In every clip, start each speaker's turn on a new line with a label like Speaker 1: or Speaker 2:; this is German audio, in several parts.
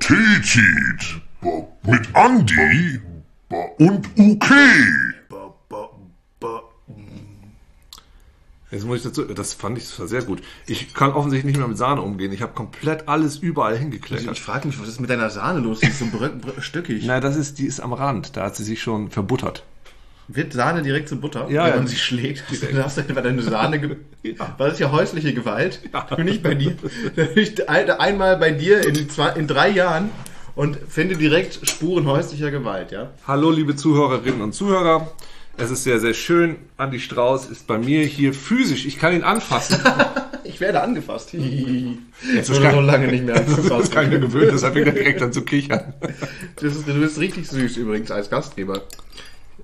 Speaker 1: Tetit mit Andi und Uke.
Speaker 2: Jetzt muss ich dazu, das fand ich sehr gut. Ich kann offensichtlich nicht mehr mit Sahne umgehen. Ich habe komplett alles überall
Speaker 3: Ich, Also ich
Speaker 2: hingekleckert.
Speaker 3: frage mich, was ist mit deiner Sahne los? Die ist so brö- brö- stöckig.
Speaker 2: Also Na, das ist, die ist am Rand. Da hat sie sich schon verbuttert.
Speaker 3: Wird Sahne direkt zu Butter,
Speaker 2: Ja,
Speaker 3: wenn
Speaker 2: ja.
Speaker 3: man sie schlägt? Dann hast du etwa deine Sahne. Ge
Speaker 2: Ja.
Speaker 3: War das ja häusliche Gewalt? Ich bin nicht bei dir. Ich ein- einmal bei dir in, zwei, in drei Jahren und finde direkt Spuren häuslicher Gewalt, ja?
Speaker 2: Hallo, liebe Zuhörerinnen und Zuhörer. Es ist sehr, sehr schön. Andi Strauß ist bei mir hier physisch. Ich kann ihn anfassen.
Speaker 3: Ich werde angefasst. Jetzt
Speaker 2: ist kein-
Speaker 3: so lange nicht mehr
Speaker 2: Das ist
Speaker 3: angefasst.
Speaker 2: keine Gewöhnung, deshalb fängt er direkt an zu kichern.
Speaker 3: Das ist, du bist richtig süß übrigens als Gastgeber.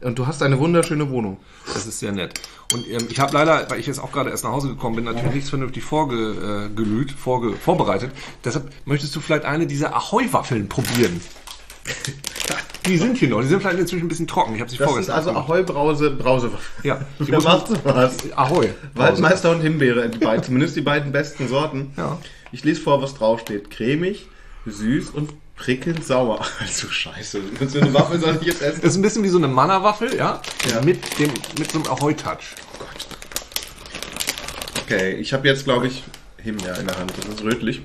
Speaker 3: Und du hast eine wunderschöne Wohnung.
Speaker 2: Das ist sehr nett. Und ähm, ich habe leider, weil ich jetzt auch gerade erst nach Hause gekommen bin, natürlich nichts vernünftig vorgelüht, äh, gelüht, vorge vorbereitet. Deshalb möchtest du vielleicht eine dieser Ahoi-Waffeln probieren. Die sind hier noch, die sind vielleicht inzwischen ein bisschen trocken. Ich habe sie
Speaker 3: Das ist
Speaker 2: vorgestern.
Speaker 3: also
Speaker 2: gemacht.
Speaker 3: Ahoi Brause Brause.
Speaker 2: Ja, die
Speaker 3: Da
Speaker 2: muss
Speaker 3: machst du was.
Speaker 2: Ahoi. Also,
Speaker 3: Waldmeister und Himbeere, die beiden, zumindest die beiden besten Sorten.
Speaker 2: Ja.
Speaker 3: Ich lese vor, was draufsteht. Cremig, süß und prickelnd sauer. Also scheiße, so eine Waffe soll ich jetzt essen.
Speaker 2: Das ist ein bisschen wie so eine Manna-Waffel, ja?
Speaker 3: Ja.
Speaker 2: Mit, dem, mit so einem Ahoi-Touch.
Speaker 3: Okay, ich habe jetzt, glaube ich, Himbeer in der Hand. Das ist rötlich.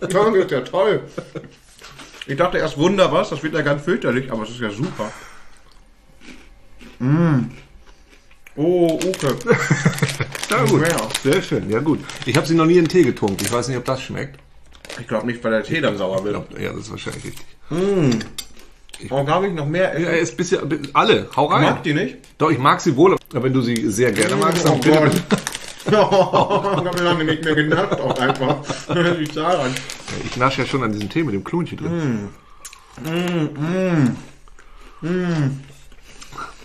Speaker 3: das ist ja toll. Ich dachte erst, Wunder was, das wird ja ganz fürchterlich, aber es ist ja super. Mm. Oh, Uke.
Speaker 2: Ja,
Speaker 3: gut.
Speaker 2: Sehr schön, ja gut. Ich habe sie noch nie in Tee getunkt. Ich weiß nicht, ob das schmeckt.
Speaker 3: Ich glaube nicht, weil der Tee dann sauer
Speaker 2: Ich
Speaker 3: wird.
Speaker 2: glaub, ja, das ist wahrscheinlich richtig.
Speaker 3: Oh, darf ich noch mehr
Speaker 2: Ja,
Speaker 3: essen?
Speaker 2: ist bisher, alle, hau rein.
Speaker 3: Mag die nicht? Oh
Speaker 2: Doch, ich mag sie wohl, aber wenn du sie sehr gerne magst, dann bitte.
Speaker 3: Gott. Oh, ich habe lange nicht mehr genascht, auch einfach. ich halt. daran.
Speaker 2: Ich nasche ja schon an diesem Tee mit dem Klonchen drin.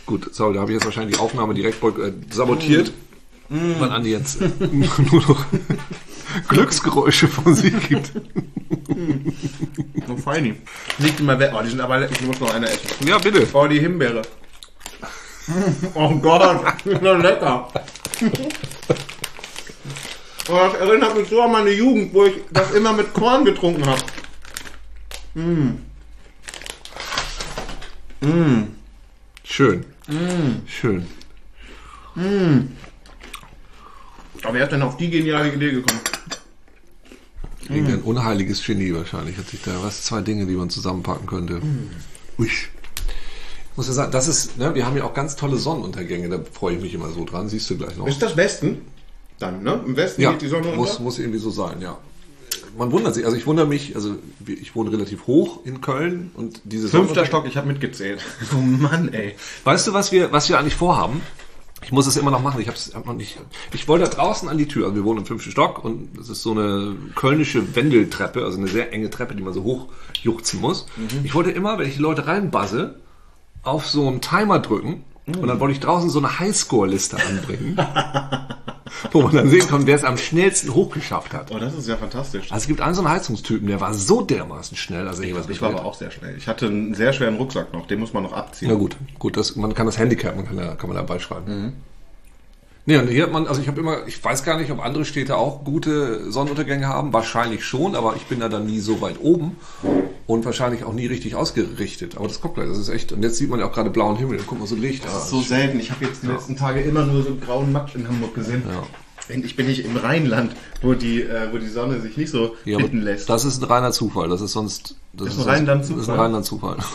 Speaker 2: Gut, sorry, da habe ich jetzt wahrscheinlich die Aufnahme direkt boy- äh, sabotiert, weil Andi jetzt äh, nur noch Glücksgeräusche von sich gibt.
Speaker 3: So feini. Liegt immer weg. Oh, die sind aber lecker. Ich muss noch eine essen.
Speaker 2: Ja, bitte.
Speaker 3: Oh, die Himbeere. Mm, Oh Gott, die sind doch lecker. Oh, das erinnert mich so an meine Jugend, wo ich das immer mit Korn getrunken habe.
Speaker 2: Schön. Schön.
Speaker 3: Aber wer ist denn auf die geniale Idee gekommen?
Speaker 2: Irgendein unheiliges Genie wahrscheinlich hat sich da was zwei Dinge, die man zusammenpacken könnte. Ui. Ich muss ja sagen, das ist, ne, wir haben ja auch ganz tolle Sonnenuntergänge, da freue ich mich immer so dran, siehst du gleich noch.
Speaker 3: Ist das Westen? Dann, ne? Im Westen
Speaker 2: Ja,
Speaker 3: geht die Sonne
Speaker 2: muss,
Speaker 3: runter.
Speaker 2: muss irgendwie so sein, ja. Man wundert sich, also ich wundere mich, also ich wohne relativ hoch in Köln und diese
Speaker 3: Fünfter
Speaker 2: Sonnenuntergänge-
Speaker 3: Stock, ich habe mitgezählt. Oh Mann, ey.
Speaker 2: Weißt du, was wir, was wir eigentlich vorhaben? Ich muss es immer noch machen. Ich hab's hab noch nicht. Ich wollte draußen an die Tür. Also wir wohnen im fünften Stock und es ist so eine kölnische Wendeltreppe, also eine sehr enge Treppe, die man so hoch juchzen muss.
Speaker 3: Mhm.
Speaker 2: Ich wollte immer, wenn ich die Leute reinbuzze, auf so einen Timer drücken und dann wollte ich draußen so eine Highscore-Liste anbringen, wo man dann sehen kann, wer es am schnellsten hochgeschafft hat.
Speaker 3: Oh, das ist ja fantastisch.
Speaker 2: Also es gibt einen so einen Heizungstypen, der war so dermaßen schnell, also ich,
Speaker 3: Ich war aber auch sehr schnell. Ich hatte einen sehr schweren Rucksack noch, den muss man noch abziehen.
Speaker 2: Na gut, gut, das, man kann das Handicap, man kann da, kann man dabei
Speaker 3: Mhm.
Speaker 2: schreiben. Nee, und hier hat man, also ich habe immer, ich weiß gar nicht, ob andere Städte auch gute Sonnenuntergänge haben. Wahrscheinlich schon, aber ich bin da dann nie so weit oben und wahrscheinlich auch nie richtig ausgerichtet. Aber das kommt gleich, das ist echt. Und jetzt sieht man ja auch gerade blauen Himmel, dann guck mal so Licht. Ah,
Speaker 3: Das ist so selten. Ich habe jetzt die letzten Tage immer nur so grauen Matsch in Hamburg gesehen. Und ich bin nicht im Rheinland, wo die, äh, wo die Sonne sich nicht so
Speaker 2: ja, aber
Speaker 3: bitten lässt.
Speaker 2: das ist ein reiner Zufall. Das ist sonst. Das
Speaker 3: ein Rheinland-Zufall.
Speaker 2: Das ist ein Rheinland-Zufall. Das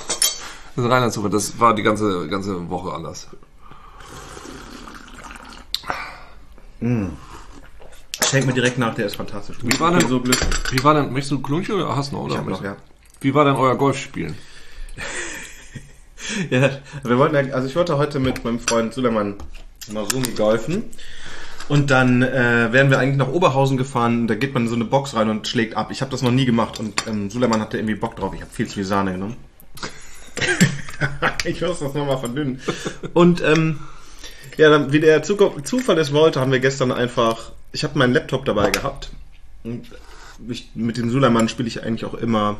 Speaker 2: ist ein Rheinland-Zufall. Das war die ganze, ganze Woche anders.
Speaker 3: Schenk mir direkt nach, der ist fantastisch.
Speaker 2: Wie war denn-
Speaker 3: so glücklich.
Speaker 2: Wie war denn, möchtest du Klunche oder hast du noch? Oder?
Speaker 3: hab noch, ja.
Speaker 2: Wie war denn euer Golfspielen?
Speaker 3: Ja, wir wollten, ja- also ich wollte heute mit meinem Freund Suleiman Masumi golfen. Und dann äh, wären wir eigentlich nach Oberhausen gefahren. Da geht man in so eine Box rein und schlägt ab. Ich habe das noch nie gemacht und ähm, Suleiman hatte irgendwie Bock drauf. Ich habe viel zu viel Sahne genommen. ich muss das nochmal verdünnen. Und ähm, ja, dann, wie der Zug- Zufall es wollte, haben wir gestern einfach. Ich habe meinen Laptop dabei gehabt. Und ich, mit dem Suleiman spiele ich eigentlich auch immer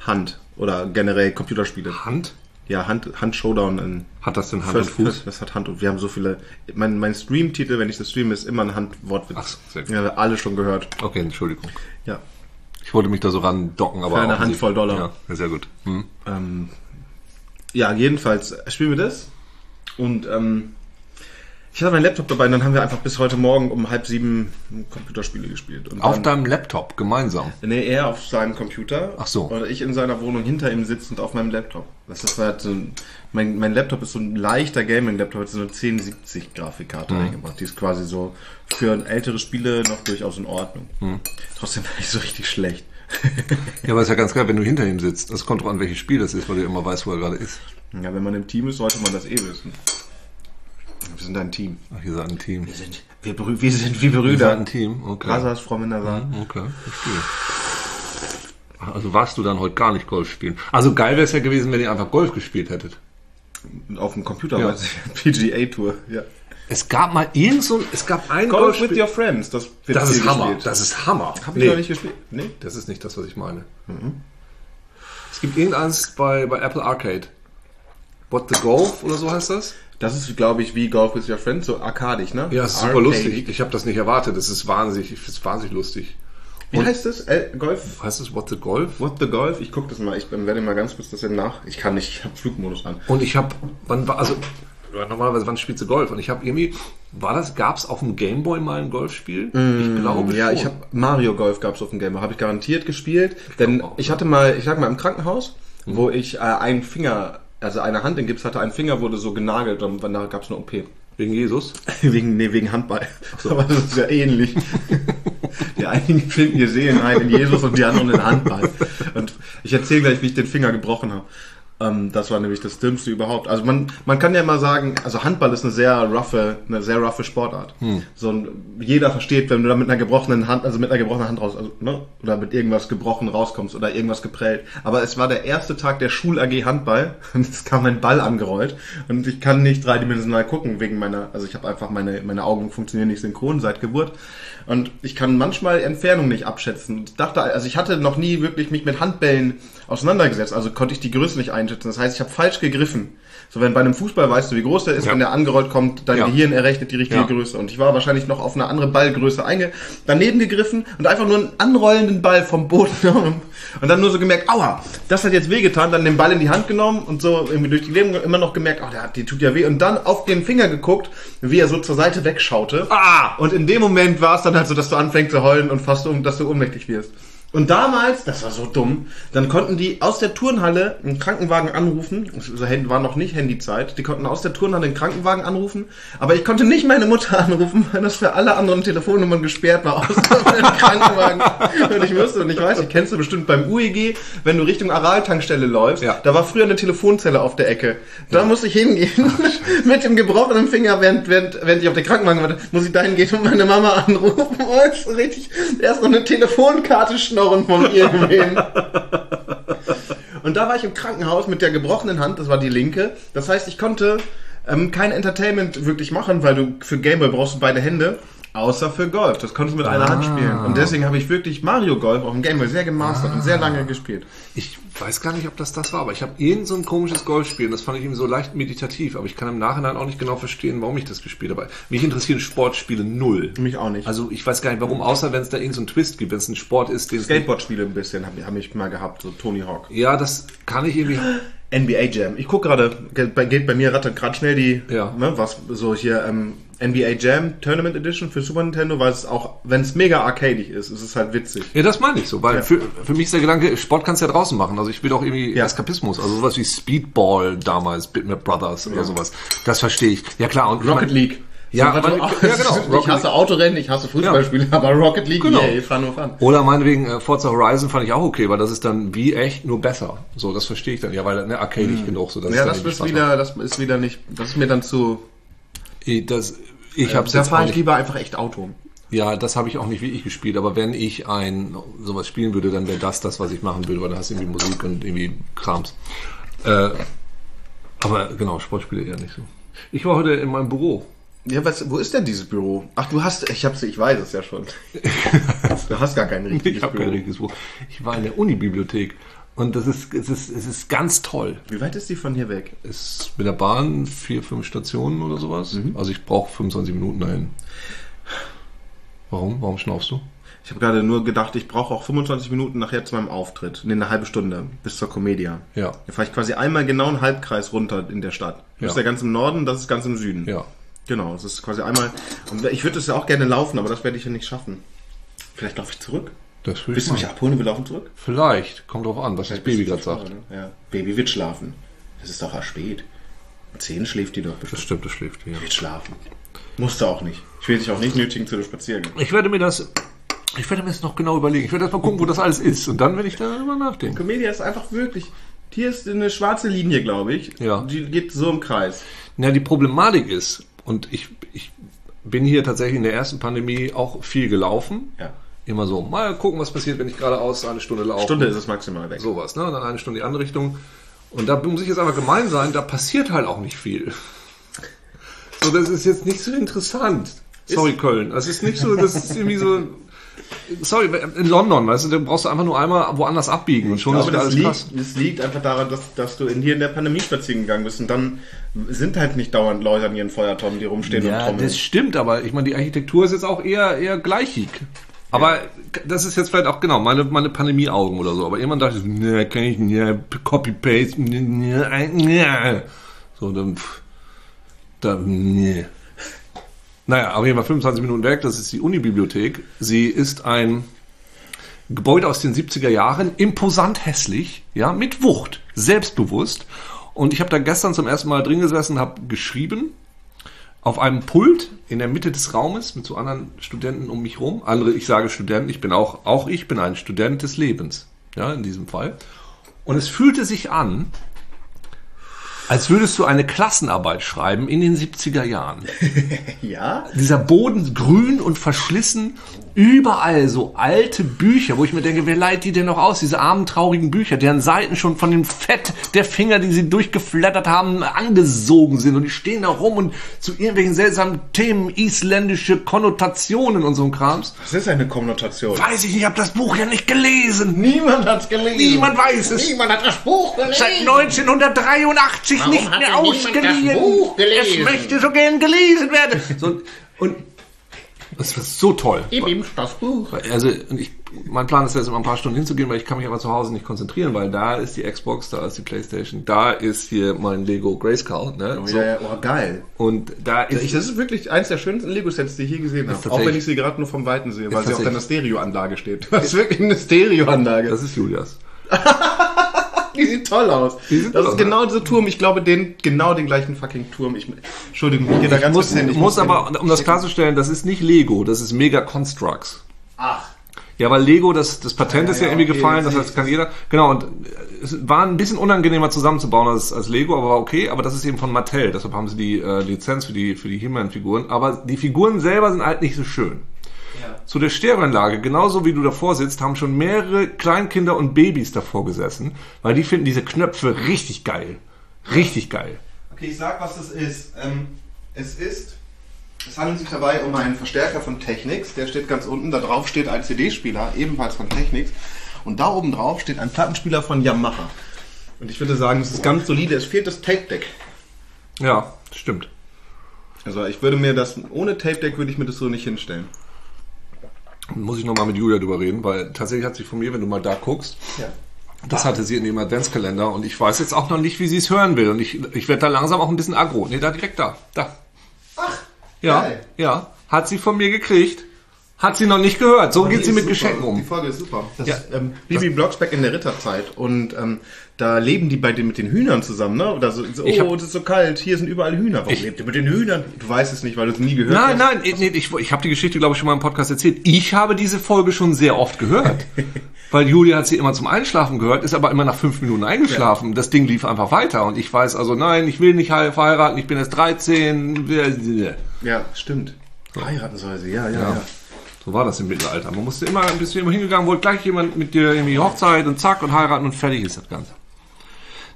Speaker 3: Hand oder generell Computerspiele.
Speaker 2: Hand?
Speaker 3: Ja, Hand, Hand Showdown in
Speaker 2: Hat das denn Hand
Speaker 3: First,
Speaker 2: und Fuß?
Speaker 3: First, das hat Hand und wir haben so viele. Mein, mein Stream-Titel, wenn ich das streame, ist immer ein Handwortwitz.
Speaker 2: Ach so, sehr gut.
Speaker 3: ja, alle schon gehört.
Speaker 2: Okay, Entschuldigung.
Speaker 3: Ja.
Speaker 2: Ich wollte mich da so randocken, aber.
Speaker 3: Für eine
Speaker 2: auch-
Speaker 3: Handvoll Dollar.
Speaker 2: Ja, Ja, sehr gut. Hm.
Speaker 3: Ähm, ja, jedenfalls spielen wir das. Und ähm, ich hatte meinen Laptop dabei und dann haben wir einfach bis heute Morgen um halb sieben Computerspiele gespielt. Und
Speaker 2: Auf
Speaker 3: dann,
Speaker 2: deinem Laptop gemeinsam.
Speaker 3: Nee, er auf seinem Computer.
Speaker 2: Ach so.
Speaker 3: Oder ich in seiner Wohnung hinter ihm sitzend auf meinem Laptop. Das ist halt so ein, mein, mein Laptop ist so ein leichter Gaming-Laptop, hat so eine 1070 Grafikkarte eingebaut. Die ist quasi so für ältere Spiele noch durchaus in Ordnung. Trotzdem war ich so richtig schlecht.
Speaker 2: Ja, aber ist ja ganz geil, wenn du hinter ihm sitzt. Das kommt drauf an, welches Spiel das ist, weil du immer weißt, wo er gerade ist.
Speaker 3: Ja, wenn man im Team ist, sollte man das eh wissen. Wir sind ein Team.
Speaker 2: Ach, hier ist ein Team.
Speaker 3: Wir sind, wir, berü wir sind wie
Speaker 2: Ihr seid
Speaker 3: Brüder.
Speaker 2: ein Team, okay.
Speaker 3: Rasas, Frau Mindersan.
Speaker 2: Okay, verstehe. Also warst du dann heute gar nicht Golf spielen. Also geil wäre es ja gewesen, wenn ihr einfach Golf gespielt hättet.
Speaker 3: Auf dem Computer,
Speaker 2: Ja.
Speaker 3: weil sie PGA-Tour. Ja.
Speaker 2: Es gab mal irgend so, es gab ein
Speaker 3: Golf
Speaker 2: Golfspiel-
Speaker 3: with your friends, das wird
Speaker 2: Das ist
Speaker 3: viel
Speaker 2: Hammer.
Speaker 3: gespielt.
Speaker 2: Das ist Hammer.
Speaker 3: Hab ich noch nicht Mhm. gespielt. Nee.
Speaker 2: Das ist nicht das, was ich meine. Es gibt irgendeins bei, bei Apple Arcade. What the Golf oder so heißt das?
Speaker 3: Das ist, glaube ich, wie Golf with Your Friends, so arkadisch, ne?
Speaker 2: Ja, das ist super
Speaker 3: Arcade.
Speaker 2: lustig. Ich habe das nicht erwartet. Das ist wahnsinnig, ich find's wahnsinnig lustig.
Speaker 3: Wie heißt das? Äh, Golf?
Speaker 2: Heißt es What the Golf?
Speaker 3: What the Golf? Ich gucke das mal. Ich ähm, werde mal ganz kurz das eben nach. Ich kann nicht, ich habe Flugmodus an.
Speaker 2: Und ich habe, wann war, also normalerweise, wann spielst du Golf? Und ich habe irgendwie, war das, gab's auf dem Gameboy mal ein Golfspiel? ich glaube
Speaker 3: Mm, Oh, Ja,
Speaker 2: schon.
Speaker 3: ich habe Mario Golf gab's auf dem Game, habe ich garantiert gespielt, denn
Speaker 2: auch,
Speaker 3: ich hatte mal, ich lag mal im Krankenhaus, wo ich äh, einen Finger, also eine Hand in Gips hatte, ein Finger wurde so genagelt und dann- da gab's eine OP.
Speaker 2: Wegen Jesus?
Speaker 3: Wegen, nee, wegen Handball. Aber das ist ja ähnlich. Die einen finden ihr Seelenheil in Jesus und die anderen in Handball. Und ich erzähle gleich, wie ich den Finger gebrochen habe. Ähm, das war nämlich das Dümmste überhaupt. Also man, man kann ja mal sagen, also Handball ist eine sehr roughe, eine sehr roughe Sportart. So ein, jeder versteht, wenn du da mit einer gebrochenen Hand, also mit einer gebrochenen Hand raus, also, ne, oder mit irgendwas gebrochen rauskommst oder irgendwas geprellt. Aber es war der erste Tag der Schul AG Handball und es kam ein Ball angerollt und ich kann nicht dreidimensional gucken wegen meiner, also ich habe einfach meine meine Augen funktionieren nicht synchron seit Geburt und ich kann manchmal Entfernung nicht abschätzen. Ich dachte, also ich hatte noch nie wirklich mich mit Handbällen auseinandergesetzt, also konnte ich die Größe nicht einschätzen. Das heißt, ich habe falsch gegriffen. So wenn bei einem Fußball weißt du, wie groß der ist,
Speaker 2: Ja.
Speaker 3: wenn der angerollt kommt, dein
Speaker 2: Ja.
Speaker 3: Gehirn errechnet die richtige
Speaker 2: Ja.
Speaker 3: Größe und ich war wahrscheinlich noch auf eine andere Ballgröße einge daneben gegriffen und einfach nur einen anrollenden Ball vom Boden genommen und dann nur so gemerkt, aua, das hat jetzt wehgetan, dann den Ball in die Hand genommen und so irgendwie durch die Leben immer noch gemerkt, oh, der hat, die tut ja weh und dann auf den Finger geguckt, wie er so zur Seite wegschaute.
Speaker 2: Ah!
Speaker 3: Und in dem Moment war es dann halt so, dass du anfängst zu heulen und fast, um, dass du ohnmächtig wirst. Und damals, das war so dumm, dann konnten die aus der Turnhalle einen Krankenwagen anrufen. Also Hand- war noch nicht Handyzeit. Die konnten aus der Turnhalle einen Krankenwagen anrufen. Aber ich konnte nicht meine Mutter anrufen, weil das für alle anderen Telefonnummern gesperrt war, außer für den Krankenwagen. Und ich wusste, und ich weiß, ich kennst du bestimmt beim UEG, wenn du Richtung Araltankstelle läufst,
Speaker 2: Ja.
Speaker 3: da war früher eine Telefonzelle auf der Ecke. Da musste ich hingehen. Mit dem gebrochenen Finger, während, während, während ich auf den Krankenwagen warte, muss ich da hingehen und meine Mama anrufen. Oh, ist so richtig, erst noch eine Telefonkarte schnorren von irgendwem. Und da war ich im Krankenhaus mit der gebrochenen Hand, das war die linke. Das heißt, ich konnte ähm, kein Entertainment wirklich machen, weil du für Gameboy brauchst du beide Hände. Außer für Golf. Das konntest du mit einer Hand spielen. Und deswegen habe ich wirklich Mario Golf auf dem Gameboy sehr gemastert und sehr lange gespielt.
Speaker 2: Ich weiß gar nicht, ob das das war, aber ich habe irgend so ein komisches Golfspiel und das fand ich eben so leicht meditativ, aber ich kann im Nachhinein auch nicht genau verstehen, warum ich das gespielt habe. Mich interessieren Sportspiele null.
Speaker 3: Mich auch nicht.
Speaker 2: Also ich weiß gar nicht, warum, außer wenn es da irgendeinen so einen Twist gibt, wenn es ein Sport ist, den es nicht-
Speaker 3: Skateboard-Spiele ein bisschen habe hab ich mal gehabt, so Tony Hawk.
Speaker 2: Ja, das kann ich irgendwie.
Speaker 3: NBA Jam. Ich gucke gerade, geht bei- geht bei mir rattert gerade schnell die,
Speaker 2: Ja.
Speaker 3: ne, was so hier ähm, NBA Jam Tournament Edition für Super Nintendo, weil es auch, wenn es mega arcadig ist, ist es halt witzig.
Speaker 2: Ja, das meine ich so, weil
Speaker 3: Ja.
Speaker 2: für, für mich ist der Gedanke, Sport kannst du ja draußen machen. Also ich will auch irgendwie
Speaker 3: Ja.
Speaker 2: Eskapismus, also sowas wie Speedball damals, Bitmap Brothers oder sowas. Das verstehe ich. Ja klar, und ich
Speaker 3: Rocket
Speaker 2: mein-
Speaker 3: League.
Speaker 2: Ja,
Speaker 3: So,
Speaker 2: aber-
Speaker 3: warte,
Speaker 2: ja, genau.
Speaker 3: Ich
Speaker 2: Rocket
Speaker 3: hasse Autorennen, ich hasse Fußballspiele, aber Rocket League,
Speaker 2: Genau.
Speaker 3: yay, fun of fun.
Speaker 2: Oder meinetwegen äh, Forza Horizon fand ich auch okay, weil das ist dann wie echt nur besser. So, das verstehe ich dann. Ja, weil ne, arcade ich genug. So, dass
Speaker 3: Mhm. Ja,
Speaker 2: es dann
Speaker 3: das
Speaker 2: irgendwie
Speaker 3: ist
Speaker 2: Spaß
Speaker 3: wieder, das ist wieder nicht, das ist mir dann zu,
Speaker 2: macht. Ich, das, ich hab's
Speaker 3: da
Speaker 2: jetzt auch
Speaker 3: fahre ich
Speaker 2: nicht,
Speaker 3: lieber einfach echt Auto.
Speaker 2: Ja, das habe ich auch nicht wie ich gespielt. Aber wenn ich ein sowas spielen würde, dann wäre das das, was ich machen würde, weil da hast du irgendwie Musik und irgendwie Krams. Äh, aber genau, Sportspiele eher nicht so. Ich war heute in meinem Büro
Speaker 3: Ja, was, wo ist denn dieses Büro? Ach, du hast, ich hab's, ich weiß es ja schon. Du hast gar kein richtiges
Speaker 2: Ich habe kein
Speaker 3: Büro.
Speaker 2: richtiges Buch. Ich war in der Unibibliothek und das ist, es ist, es ist ganz toll.
Speaker 3: Wie weit ist die von hier weg?
Speaker 2: Es ist mit der Bahn vier, fünf Stationen oder sowas.
Speaker 3: Mhm.
Speaker 2: Also ich brauche 25 Minuten dahin. Warum? Warum schnaufst du?
Speaker 3: Ich habe gerade nur gedacht, ich brauche auch 25 Minuten nachher zu meinem Auftritt. Nee, eine halbe Stunde bis zur Comedia.
Speaker 2: Ja.
Speaker 3: Da fahre ich quasi einmal genau einen Halbkreis runter in der Stadt. Das
Speaker 2: Ja.
Speaker 3: ist ja ganz im Norden, das ist ganz im Süden.
Speaker 2: Ja.
Speaker 3: Genau, es ist quasi einmal. Und ich würde es ja auch gerne laufen, aber das werde ich ja nicht schaffen. Vielleicht laufe ich zurück.
Speaker 2: Das will ich
Speaker 3: Willst du mich
Speaker 2: machen.
Speaker 3: abholen und wir laufen zurück?
Speaker 2: Vielleicht. Kommt drauf an, was das Baby gerade sagt.
Speaker 3: Ne? Ja. Baby wird schlafen. Das ist doch erst spät. Um 10 schläft die doch
Speaker 2: Das
Speaker 3: bestimmt.
Speaker 2: stimmt, das schläft. Ja.
Speaker 3: Wird schlafen. Musste auch nicht. Ich will dich auch nicht nötigen zu dem Spaziergang.
Speaker 2: Ich werde mir das. Ich werde mir das noch genau überlegen. Ich werde erst mal gucken, wo das alles ist. Und dann werde ich darüber nachdenken.
Speaker 3: Comedia ist einfach wirklich. Hier ist eine schwarze Linie, glaube ich.
Speaker 2: Ja.
Speaker 3: Die geht so im Kreis.
Speaker 2: Na, die Problematik ist, und ich, ich bin hier tatsächlich in der ersten Pandemie auch viel gelaufen.
Speaker 3: Ja.
Speaker 2: Immer so, mal gucken, was passiert, wenn ich geradeaus eine Stunde laufe.
Speaker 3: Stunde ist es maximal weg.
Speaker 2: Sowas, ne? Und dann eine Stunde in die andere Richtung. Und da muss ich jetzt aber gemein sein, da passiert halt auch nicht viel. So, das ist jetzt nicht so interessant. Sorry, Köln. Das ist nicht so, das ist irgendwie so. Sorry, in London, weißt du, da brauchst du einfach nur einmal woanders abbiegen und schon
Speaker 3: Aber
Speaker 2: ist wieder
Speaker 3: das
Speaker 2: alles krass.
Speaker 3: liegt, das liegt einfach daran, dass, dass du in, hier in der Pandemie spazieren gegangen bist und dann sind halt nicht dauernd Leute an ihren Feuertonnen, die rumstehen und
Speaker 2: Ja,
Speaker 3: trommeln.
Speaker 2: das stimmt, aber ich meine, die Architektur ist jetzt auch eher, eher gleichig. Aber das ist jetzt vielleicht auch genau meine, meine Pandemie-Augen oder so. Aber irgendwann dachte ich, ne, kann ich, ne, Copy-Paste, ne, ne, ne. So, dann, pff, dann, ne. Naja, auf jeden Fall 25 Minuten weg, das ist die Unibibliothek. Sie ist ein Gebäude aus den 70er Jahren, imposant hässlich, ja, mit Wucht, selbstbewusst. Und ich habe da gestern zum ersten Mal drin gesessen, habe geschrieben auf einem Pult in der Mitte des Raumes mit so anderen Studenten um mich rum. Andere, ich sage Studenten, ich bin auch, auch ich bin ein Student des Lebens, ja, in diesem Fall. Und es fühlte sich an, als würdest du eine Klassenarbeit schreiben in den 70er Jahren
Speaker 3: ja?
Speaker 2: dieser Boden grün und verschlissen, überall so alte Bücher, wo ich mir denke, wer leiht die denn noch aus, diese armen, traurigen Bücher, deren Seiten schon von dem Fett der Finger, die sie durchgeflattert haben, angesogen sind und die stehen da rum und zu irgendwelchen seltsamen Themen, isländische Konnotationen und so ein Krams.
Speaker 3: Das ist eine Konnotation.
Speaker 2: Weiß ich nicht, hab das Buch ja nicht gelesen.
Speaker 3: Niemand hat's gelesen.
Speaker 2: Niemand weiß es.
Speaker 3: Niemand hat das Buch gelesen.
Speaker 2: Seit 1983
Speaker 3: Warum
Speaker 2: nicht
Speaker 3: hat
Speaker 2: mehr
Speaker 3: denn niemand
Speaker 2: ausgeliehen.
Speaker 3: das Buch
Speaker 2: Es
Speaker 3: gelesen?
Speaker 2: möchte so gern gelesen werden. So, und es war so toll.
Speaker 3: Gib ihm das Buch.
Speaker 2: Also und ich, mein Plan ist jetzt immer ein paar Stunden hinzugehen, weil ich kann mich aber zu Hause nicht konzentrieren, weil da ist die Xbox, da ist die Playstation, da ist hier mein Lego Grayskull, ne? so.
Speaker 3: Ja, ja, oh, geil.
Speaker 2: Und da ist,
Speaker 3: Ich, das ist wirklich eins der schönsten Lego-Sets, die ich je gesehen habe. Auch
Speaker 2: tatsächlich-
Speaker 3: wenn ich sie gerade nur vom Weiten sehe, weil sie auf
Speaker 2: tatsächlich-
Speaker 3: deiner Stereoanlage steht. Das ist wirklich eine Stereoanlage.
Speaker 2: das ist Julias.
Speaker 3: Die sieht toll aus.
Speaker 2: Die sieht
Speaker 3: das
Speaker 2: toll
Speaker 3: ist
Speaker 2: aus, ne?
Speaker 3: genau dieser Turm. Ich glaube, den, genau den gleichen fucking Turm. Ich, Entschuldigung, ich gehe da ganz
Speaker 2: Muss,
Speaker 3: kurz hin.
Speaker 2: muss,
Speaker 3: Ich
Speaker 2: aber, um das klarzustellen, das ist nicht Lego, das ist Mega Constructs.
Speaker 3: Ach,
Speaker 2: Ja, weil Lego, das, das Patent ist ja,
Speaker 3: ja,
Speaker 2: irgendwie
Speaker 3: okay,
Speaker 2: gefallen,
Speaker 3: jetzt
Speaker 2: das
Speaker 3: sehe
Speaker 2: heißt, kann jeder. Genau, und äh, es war ein bisschen unangenehmer zusammenzubauen als, als Lego, aber war okay, aber das ist eben von Mattel, deshalb haben sie die äh, Lizenz für die, für die He-Man-Figuren, aber die Figuren selber sind halt nicht so schön. Zu der Stereoanlage, genauso wie du davor sitzt, haben schon mehrere Kleinkinder und Babys davor gesessen, weil die finden diese Knöpfe richtig geil. Richtig geil.
Speaker 3: Okay, ich sag, was das ist. Ähm, es ist. Es handelt sich dabei um einen Verstärker von Technics. Der steht ganz unten. Da drauf steht ein CD-Spieler, ebenfalls von Technics. Und da oben drauf steht ein Plattenspieler von Yamaha. Und ich würde sagen, das ist ganz solide. Es fehlt das Tape-Deck.
Speaker 2: Ja, stimmt.
Speaker 3: Also ich würde mir das, ohne Tape-Deck würde ich mir das so nicht hinstellen.
Speaker 2: Muss ich nochmal mit Julia drüber reden, weil tatsächlich hat sich von mir, wenn du mal da guckst,
Speaker 3: Ja.
Speaker 2: Das hatte sie in ihrem Adventskalender und ich weiß jetzt auch noch nicht, wie sie es hören will. Und ich, ich werde da langsam auch ein bisschen aggro. Nee, da direkt da. Da.
Speaker 3: Ach,
Speaker 2: Ja.
Speaker 3: Geil.
Speaker 2: Ja. Hat sie von mir gekriegt. Hat sie noch nicht gehört. So geht sie mit Geschenken
Speaker 3: Die
Speaker 2: um.
Speaker 3: Folge ist super. Das
Speaker 2: Ja.
Speaker 3: ist ähm, Bibi Blocksberg in der Ritterzeit. Und ähm, da leben die bei den, mit den Hühnern zusammen, ne? Oder so, so,
Speaker 2: Ich hab-
Speaker 3: oh, es ist so kalt, hier sind überall Hühner. Warum lebt ihr mit den Hühnern? Du weißt es nicht, weil du es nie gehört
Speaker 2: Nein,
Speaker 3: hast.
Speaker 2: nein, ich, nee, ich, ich habe die Geschichte, glaube ich, schon mal im Podcast erzählt. Ich habe diese Folge schon sehr oft gehört. weil Julia hat sie immer zum Einschlafen gehört, ist aber immer nach fünf Minuten eingeschlafen. Das Ding lief einfach weiter. Und ich weiß also, nein, ich will nicht he- verheiraten, ich bin erst 13.
Speaker 3: Ja, stimmt. Heiraten soll sie, ja, ja, ja.
Speaker 2: So war das im Mittelalter. Man musste immer, bist du immer hingegangen, wollte gleich jemand mit dir irgendwie Hochzeit und zack und heiraten und fertig ist das Ganze.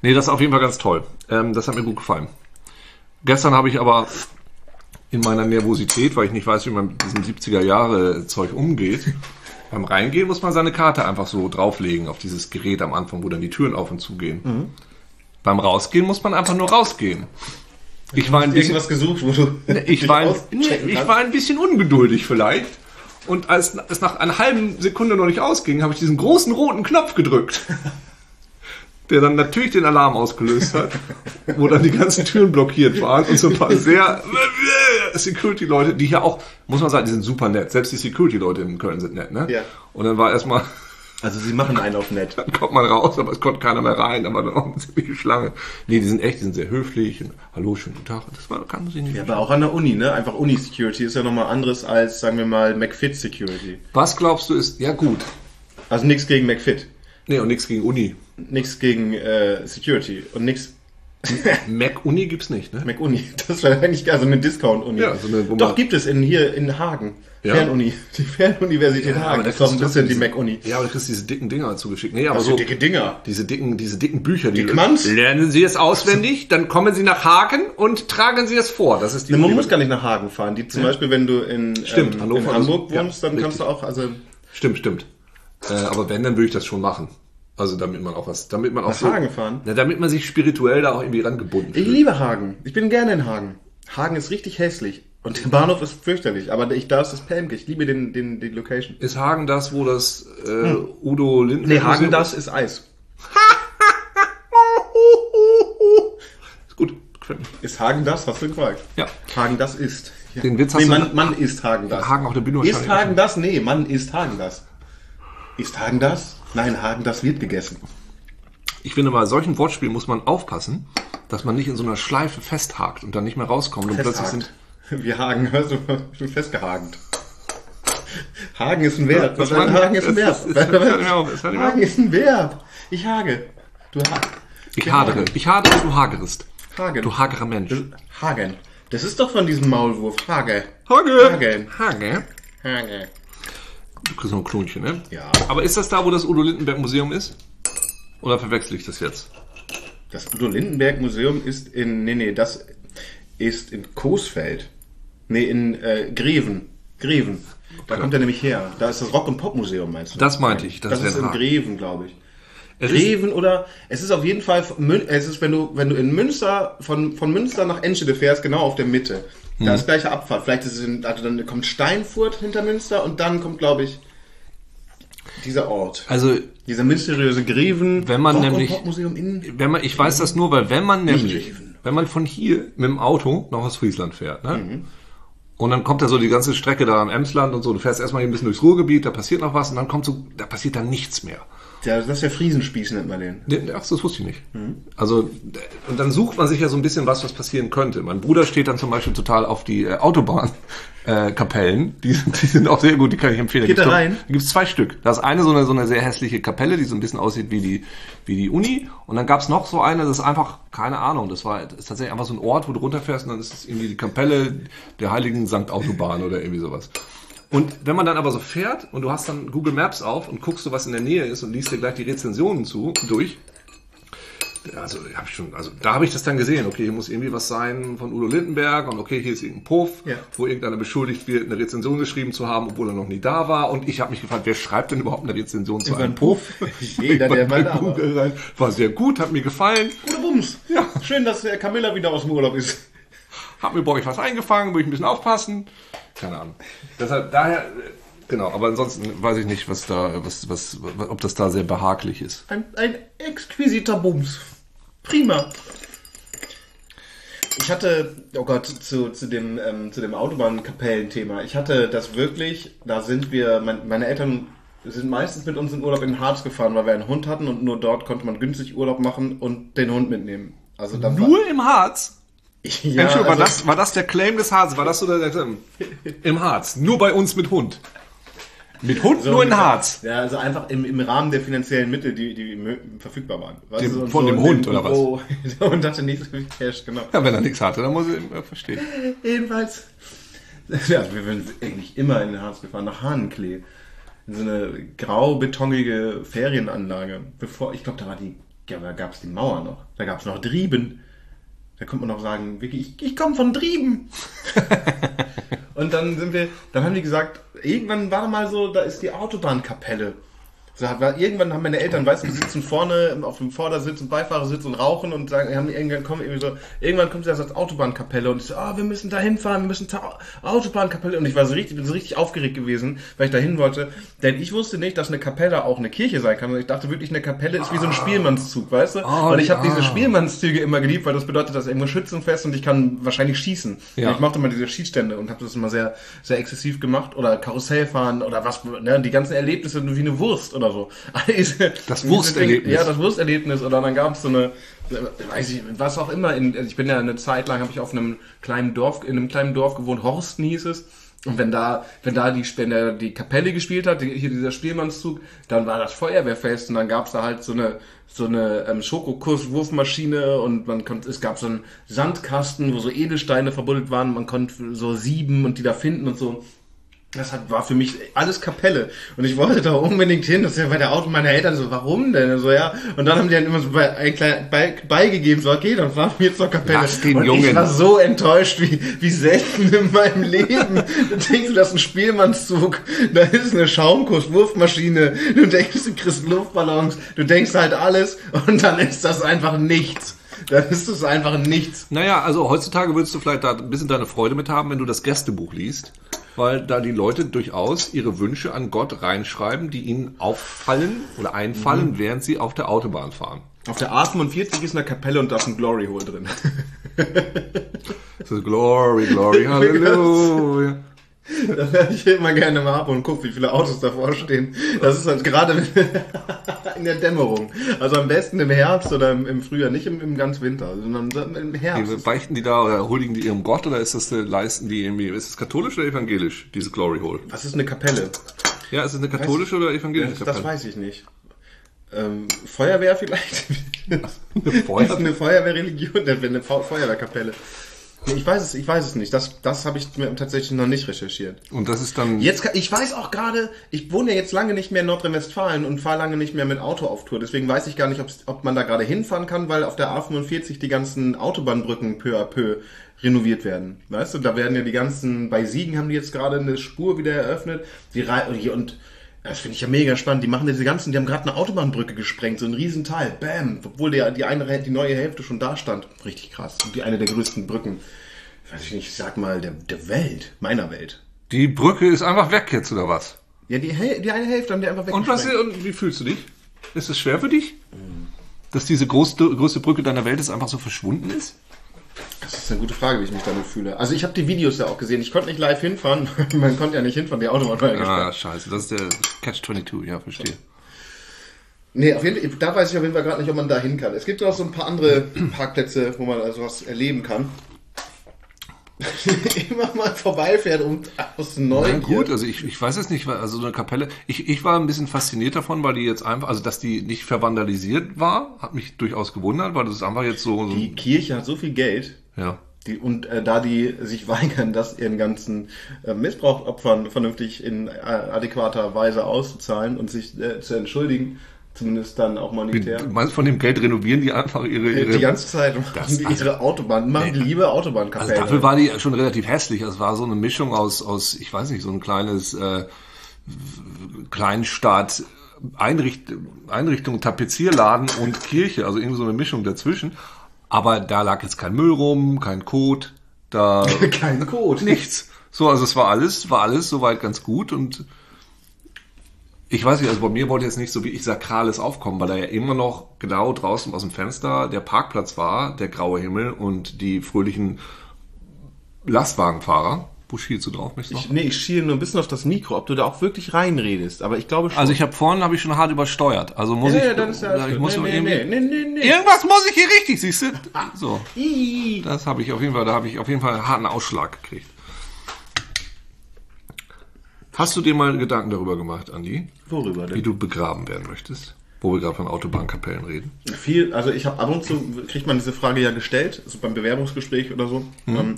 Speaker 2: Nee, das ist auf jeden Fall ganz toll. Ähm, das hat mir gut gefallen. Gestern habe ich aber in meiner Nervosität, weil ich nicht weiß, wie man mit diesem 70er-Jahre-Zeug umgeht. Beim Reingehen muss man seine Karte einfach so drauflegen auf dieses Gerät am Anfang, wo dann die Türen auf und zu gehen. Beim Rausgehen muss man einfach nur rausgehen. Ich war ein bisschen,
Speaker 3: Irgendwas gesucht, wo du.
Speaker 2: ich
Speaker 3: dich
Speaker 2: war, ein,
Speaker 3: auschecken
Speaker 2: nee, ich
Speaker 3: kannst?
Speaker 2: war ein bisschen ungeduldig vielleicht. Und als es nach einer halben Sekunde noch nicht ausging, habe ich diesen großen roten Knopf gedrückt. Der dann natürlich den Alarm ausgelöst hat, wo dann die ganzen Türen blockiert waren und so ein paar sehr Security-Leute, die hier auch, muss man sagen, die sind super nett. Selbst die Security-Leute in Köln sind nett, ne?
Speaker 3: Ja.
Speaker 2: Und dann war erstmal
Speaker 3: Also sie machen einen auf nett.
Speaker 2: dann kommt man raus, aber es konnte keiner mehr rein, aber dann auch eine ziemliche Schlange. Nee, die sind echt, die sind sehr höflich und hallo, schönen guten Tag. Das war, kann sich nicht.
Speaker 3: Ja, aber auch an der Uni, ne? Einfach Uni-Security ist ja nochmal anderes als, sagen wir mal, McFit-Security.
Speaker 2: Was glaubst du ist, ja gut.
Speaker 3: Also nichts gegen McFit,
Speaker 2: Nee, und nichts gegen Uni.
Speaker 3: nichts gegen äh, Security und nichts
Speaker 2: Mac Uni gibt's nicht, ne?
Speaker 3: McUni. Das wäre eigentlich also eine Discount-Uni.
Speaker 2: Ja, so eine, wo man-
Speaker 3: Doch gibt es in, hier in Hagen.
Speaker 2: Ja.
Speaker 3: Fernuni. Die Fernuniversität Hagen. Das ist auch ein bisschen die McUni.
Speaker 2: Ja, aber du kriegst diese dicken Dinger zugeschickt. Nee, aber
Speaker 3: Also
Speaker 2: so
Speaker 3: dicke Dinger.
Speaker 2: diese dicken, diese dicken Bücher, die
Speaker 3: Dickmanns?
Speaker 2: lernen Sie es auswendig, dann kommen Sie nach Hagen und tragen Sie es vor. Das ist die.
Speaker 3: Ne, Man muss gar nicht nach Hagen fahren. Die zum Beispiel, wenn du in,
Speaker 2: Stimmt,
Speaker 3: ähm,
Speaker 2: Hannover
Speaker 3: in
Speaker 2: ist-
Speaker 3: Hamburg
Speaker 2: ja,
Speaker 3: wohnst, dann kannst du auch, also
Speaker 2: Stimmt, stimmt. Äh, aber wenn, dann würde ich das schon machen. Also damit man auch was, damit man auch
Speaker 3: Nach Hagen fahren?
Speaker 2: Na, damit man sich spirituell da auch irgendwie rangebunden
Speaker 3: Ich
Speaker 2: fühlt.
Speaker 3: liebe Hagen. Ich bin gerne in Hagen. Hagen ist richtig hässlich. Und der Bahnhof ist fürchterlich. Aber ich darf das Pelmke. Ich liebe den, den, die Location.
Speaker 2: Ist Hagen das, wo das äh, Udo Lindenberg...
Speaker 3: Hm. Nee, Hagen, das ist Eis.
Speaker 2: Ist gut. gefällt mir.
Speaker 3: Ist Hagen das? Hast du gefragt?
Speaker 2: Ja.
Speaker 3: Hagen das ist. Ja.
Speaker 2: Den Witz
Speaker 3: nee,
Speaker 2: hast du-
Speaker 3: Mann, Mann ist Hagen das.
Speaker 2: Hagen auf der Bühne
Speaker 3: Ist
Speaker 2: wahrscheinlich.
Speaker 3: Hagen das? Nee, Mann ist Hagen das. Ist Hagen das? Nein, Hagen das wird gegessen.
Speaker 2: Ich finde, bei solchen Wortspielen muss man aufpassen, dass man nicht in so einer Schleife festhakt und dann nicht mehr rauskommt. Und plötzlich sind...
Speaker 3: Festhakt. Wir Hagen, also, hörst du, ich bin festgehagend. Hagen ist ein Verb.
Speaker 2: Das
Speaker 3: Was heißt,
Speaker 2: war-
Speaker 3: Hagen ist ein
Speaker 2: das- das-
Speaker 3: Verb.
Speaker 2: das- das hört mir auf, das hört mir
Speaker 3: Hagen
Speaker 2: auf.
Speaker 3: ist ein Verb. Ich hage. Du ha
Speaker 2: Ich hadere. Ich hadere, du hagerest.
Speaker 3: Genau. Hagen. Äh,
Speaker 2: Du hagerer Mensch.
Speaker 3: Hagen. Das ist doch von diesem Maulwurf. Hage. Hagen.
Speaker 2: Hage.
Speaker 3: Hage.
Speaker 2: Du kriegst noch ein Klonchen, ne?
Speaker 3: Ja.
Speaker 2: Aber ist das da, wo das Udo Lindenberg Museum ist? Oder verwechsel ich das jetzt?
Speaker 3: Das Udo Lindenberg Museum ist in. Nee, nee, das ist in Coesfeld. Nee, in äh, Greven. Greven. Da kommt er nämlich her. Da ist das Rock- und Pop-Museum, meinst du?
Speaker 2: Das meinte ich.
Speaker 3: Das, ist
Speaker 2: wäre
Speaker 3: in
Speaker 2: Hagen.
Speaker 3: Greven, glaube ich.
Speaker 2: Es ist-
Speaker 3: Greven oder es ist auf jeden Fall von Mün- es ist wenn du wenn du in Münster von von Münster nach Enschede fährst genau auf der Mitte
Speaker 2: Hm.
Speaker 3: da ist gleiche Abfahrt vielleicht ist es in, also dann kommt Steinfurt hinter Münster und dann kommt glaube ich dieser Ort
Speaker 2: Also,
Speaker 3: dieser mysteriöse Greven
Speaker 2: Wenn man
Speaker 3: Rock- und
Speaker 2: nämlich-
Speaker 3: Popmuseum in
Speaker 2: wenn man, ich weiß das nur, weil wenn man nämlich,
Speaker 3: Leben.
Speaker 2: wenn man von hier mit dem Auto nach Ostfriesland fährt, ne?
Speaker 3: Mhm.
Speaker 2: Und dann kommt da so die ganze Strecke da am Emsland und so, du fährst erstmal hier ein bisschen durchs Ruhrgebiet, da passiert noch was und dann kommt so, da passiert dann nichts mehr.
Speaker 3: ja, das ist der Friesenspieß nennt man den
Speaker 2: Nee, Ach, das wusste ich nicht.
Speaker 3: Mhm.
Speaker 2: Also, und dann sucht man sich ja so ein bisschen was, was passieren könnte. Mein Bruder steht dann zum Beispiel total auf die äh, Autobahnkapellen. Äh, Kapellen. die, sind- die sind auch sehr gut, die kann ich empfehlen.
Speaker 3: Geht
Speaker 2: gibt's
Speaker 3: da
Speaker 2: doch-
Speaker 3: rein?
Speaker 2: Da gibt es zwei Stück. Da ist eine so eine, so eine sehr hässliche Kapelle, die so ein bisschen aussieht wie die, wie die Uni. Und dann gab es noch so eine, das ist einfach, keine Ahnung, das war das ist tatsächlich einfach so ein Ort, wo du runterfährst und dann ist es irgendwie die Kapelle der heiligen Sankt Autobahn oder irgendwie sowas. Und wenn man dann aber so fährt und du hast dann Google Maps auf und guckst so, was in der Nähe ist und liest dir gleich die Rezensionen zu, durch, also habe ich schon, also da habe ich das dann gesehen, okay, hier muss irgendwie was sein von Udo Lindenberg und okay, hier ist irgendein Puff,
Speaker 3: Ja.
Speaker 2: wo irgendeiner beschuldigt wird, eine Rezension geschrieben zu haben, obwohl er noch nie da war. Und ich habe mich gefragt, wer schreibt denn überhaupt eine Rezension zu
Speaker 3: Über
Speaker 2: einem
Speaker 3: einen
Speaker 2: Puff?
Speaker 3: Puff? Jeder, der mal da war.
Speaker 2: Google rein. War sehr gut, hat mir gefallen,
Speaker 3: oder Bums ja schön dass der Camilla wieder aus dem Urlaub ist
Speaker 2: hat mir bei euch was eingefangen, würde ich ein bisschen aufpassen. Keine Ahnung. Deshalb, daher, äh, genau, aber ansonsten weiß ich nicht, was da, was, was, ob das da sehr behaglich ist.
Speaker 3: Ein, ein exquisiter Bums. Prima. Ich hatte, oh Gott, zu, zu dem, ähm, zu dem Autobahnkapellenthema. Ich hatte das wirklich, da sind wir, mein, meine Eltern sind meistens mit uns in Urlaub in den Harz gefahren, weil wir einen Hund hatten und nur dort konnte man günstig Urlaub machen und den Hund mitnehmen. Also da war,
Speaker 2: Nur im Harz?
Speaker 3: ja,
Speaker 2: Entschuldigung,
Speaker 3: also,
Speaker 2: war, das, war das der Claim des Harzes? War das so der, der im Harz? Nur bei uns mit Hund. Mit Hund nur in Harz.
Speaker 3: Ja, also einfach im, im Rahmen der finanziellen Mittel, die, die mö- verfügbar waren. Weißt
Speaker 2: Dem-
Speaker 3: und
Speaker 2: von dem
Speaker 3: in
Speaker 2: Hund, oder was?
Speaker 3: Büro. Der Hund hatte nicht so viel Cash, genau.
Speaker 2: Ja, wenn er nichts hatte, dann muss ich ihn äh, verstehen.
Speaker 3: Jedenfalls. Ja, wir sind eigentlich immer in den Harz gefahren, nach Hahnenklee. In so eine grau-betongige Ferienanlage. Bevor, ich glaube, da war die, ja, da gab es die Mauer noch. Da gab es noch Drieben. Da Da könnte man auch sagen, Vicky, ich, ich komme von Drieben. und dann sind wir, dann haben die gesagt, irgendwann war da mal so, da ist die Autobahnkapelle. So, hat- war- irgendwann haben meine Eltern, weißt du, die sitzen vorne auf dem Vordersitz und Beifahrersitz und rauchen und sagen, haben irgendwann kommen irgendwie so, irgendwann kommt das als Autobahnkapelle und ich so, ah, wir müssen da hinfahren, wir müssen zur Au- Autobahnkapelle und ich war so richtig, bin so richtig aufgeregt gewesen, weil ich da hin wollte, denn ich wusste nicht, dass eine Kapelle auch eine Kirche sein kann und ich dachte wirklich, eine Kapelle ist wie so ein Spielmannszug, weißt du?
Speaker 2: Ah,
Speaker 3: und ich habe
Speaker 2: ja.
Speaker 3: diese Spielmannszüge immer geliebt, weil das bedeutet, dass irgendwo Schützenfest und ich kann wahrscheinlich schießen.
Speaker 2: Ja.
Speaker 3: Und ich mochte immer diese Schießstände und habe das immer sehr, sehr exzessiv gemacht oder Karussell fahren oder was, ne, die ganzen Erlebnisse nur wie eine Wurst oder so. Diese-
Speaker 2: Das
Speaker 3: diese
Speaker 2: Wursterlebnis.
Speaker 3: Dinge- Ja, das Wursterlebnis oder dann gab es so eine, äh, weiß ich, was auch immer. In, also ich bin ja eine Zeit lang, habe ich auf einem kleinen Dorf, in einem kleinen Dorf gewohnt, Horsten hieß es. Und wenn da, wenn da die, wenn da die Kapelle gespielt hat, die, hier dieser Spielmannszug, dann war das Feuerwehrfest und dann gab es da halt so eine, so eine ähm, Schokokusswurfmaschine und man konnte, es gab so einen Sandkasten, wo so Edelsteine verbuddelt waren, man konnte so sieben und die da finden und so. Das hat, war für mich alles Kapelle. Und ich wollte da unbedingt hin. Das ist ja bei der Auto meiner Eltern so, warum denn? Und So, ja. Und dann haben die dann immer so bei, ein klein, bei, beigegeben, so, okay, dann fahren wir zur Kapelle.
Speaker 2: Lass den
Speaker 3: und ich
Speaker 2: Jungen.
Speaker 3: war so enttäuscht, wie, wie selten in meinem Leben. Du denkst, das ist ein Spielmannszug. Da ist eine Schaumkurswurfmaschine. Du denkst, du kriegst Luftballons. Du denkst halt alles. Und dann ist das einfach nichts. Dann ist das einfach nichts.
Speaker 2: Naja, also heutzutage würdest du vielleicht da ein bisschen deine Freude mit haben, wenn du das Gästebuch liest, weil da die Leute durchaus ihre Wünsche an Gott reinschreiben, die ihnen auffallen oder
Speaker 3: Mhm.
Speaker 2: einfallen, während sie auf der Autobahn fahren.
Speaker 3: Auf der A45 ist eine Kapelle und da ist ein Glory Hole drin.
Speaker 2: So, glory, glory, hallelujah.
Speaker 3: Das höre ich immer gerne mal ab und gucke, wie viele Autos davor stehen. Das ist halt gerade in der Dämmerung. Also am besten im Herbst oder im, im Frühjahr, nicht im, im ganz Winter, sondern im Herbst.
Speaker 2: Beichten die da oder huldigen die ihrem Gott oder ist das eine, leisten die irgendwie, ist es katholisch oder evangelisch, diese Glory Hole?
Speaker 3: Was ist eine Kapelle?
Speaker 2: Ja, ist es eine katholische oder evangelische
Speaker 3: Das, das weiß ich nicht. Ähm, Feuerwehr vielleicht?
Speaker 2: Eine Feuerwehr?
Speaker 3: Ist eine Feuerwehrreligion, denn eine Fe- Feuerwehrkapelle. Nee, Ich weiß es, ich weiß es nicht. Das, das habe ich mir tatsächlich noch nicht recherchiert.
Speaker 2: Und das ist dann,
Speaker 3: Ähm, Jetzt, kann- ich weiß auch gerade, ich wohne ja jetzt lange nicht mehr in Nordrhein-Westfalen und fahre lange nicht mehr mit Auto auf Tour. Deswegen weiß ich gar nicht, ob's- ob man da gerade hinfahren kann, weil auf der A45 die ganzen Autobahnbrücken peu à peu renoviert werden. Weißt du, da werden ja die ganzen, bei Siegen haben die jetzt gerade eine Spur wieder eröffnet. Die Rei und, hier- und das finde ich ja mega spannend. Die machen diese ganzen, die haben gerade eine Autobahnbrücke gesprengt, so ein Riesenteil. Bam! Obwohl der, die, eine, die neue Hälfte schon da stand. Richtig krass. Und Die eine der größten Brücken. Weiß ich nicht, ich sag mal, der, der Welt, meiner Welt.
Speaker 2: die Brücke ist einfach weg jetzt oder was?
Speaker 3: Ja, die, Häl- die eine Hälfte haben die einfach
Speaker 2: Und, was,
Speaker 3: weggesprengt.
Speaker 2: und wie fühlst du dich? Ist es schwer für dich? Dass diese größte, größte Brücke deiner Welt ist einfach so verschwunden ist?
Speaker 3: Das ist eine gute Frage, wie ich mich damit fühle. Also ich habe die Videos ja auch gesehen. Ich konnte nicht live hinfahren. Man konnte ja nicht hinfahren, die Autobahn war ja gesperrt.
Speaker 2: Ah, scheiße, das ist der Catch-22, ja, verstehe.
Speaker 3: Nee, auf jeden Fall, da weiß ich auf jeden Fall gerade nicht, ob man da hin kann. Es gibt ja auch so ein paar andere Parkplätze, wo man also was erleben kann. Immer mal vorbeifährt und aus
Speaker 2: Ja,
Speaker 3: Neugier.
Speaker 2: gut, also ich, ich weiß es nicht, weil- also so eine Kapelle, ich, ich war ein bisschen fasziniert davon, weil die jetzt einfach, also dass die nicht verwandalisiert war, hat mich durchaus gewundert, weil das ist einfach jetzt so, so
Speaker 3: Die Kirche hat so viel Geld.
Speaker 2: ja.
Speaker 3: Die, und äh, da die sich weigern, das ihren ganzen äh, Missbrauchopfern vernünftig in äh, adäquater Weise auszuzahlen und sich äh, zu entschuldigen, zumindest dann auch monetär. Äh,
Speaker 2: Du meinst, von dem Geld renovieren Äh, die einfach ihre,
Speaker 3: Die
Speaker 2: ihre
Speaker 3: ganze Zeit machen
Speaker 2: Das-
Speaker 3: die
Speaker 2: also-
Speaker 3: ihre Autobahn, machen die liebe
Speaker 2: Also
Speaker 3: Autobahnkapelle.
Speaker 2: dafür war die schon relativ hässlich. Es war so eine Mischung aus, aus ich weiß nicht, so ein kleines äh, Kleinstaat. Einricht Einrichtung, Tapezierladen und Kirche, also irgendwie so eine Mischung dazwischen. Aber da lag jetzt kein Müll rum, kein Kot, da
Speaker 3: kein Code.
Speaker 2: nichts. So, also es war alles, war alles soweit ganz gut und ich weiß nicht, also bei mir wollte jetzt nicht so wie ich Sakrales aufkommen, weil da ja immer noch genau draußen aus dem Fenster der Parkplatz war, der graue Himmel und die fröhlichen Lastwagenfahrer. Wo schielst du drauf, mich noch?
Speaker 3: Ich, nee, ich schiele nur ein bisschen auf das Mikro, ob du da auch wirklich reinredest. Aber ich glaube schon.
Speaker 2: Also ich habe vorhin habe ich schon hart übersteuert. Also muss ich, ich muss
Speaker 3: nee,
Speaker 2: irgendwie,
Speaker 3: nee, nee, nee, nee.
Speaker 2: irgendwas muss ich hier richtig, siehst du? So,
Speaker 3: Ii.
Speaker 2: das habe ich auf jeden Fall, da habe ich auf jeden Fall einen harten Ausschlag gekriegt. Hast du dir mal Gedanken darüber gemacht, Andi?
Speaker 3: Worüber
Speaker 2: wie
Speaker 3: denn?
Speaker 2: du begraben werden möchtest. Wo wir gerade von Autobahnkapellen reden.
Speaker 3: Viel, also ich habe ab und zu, kriegt man diese Frage ja gestellt, so beim Bewerbungsgespräch oder so. Ähm,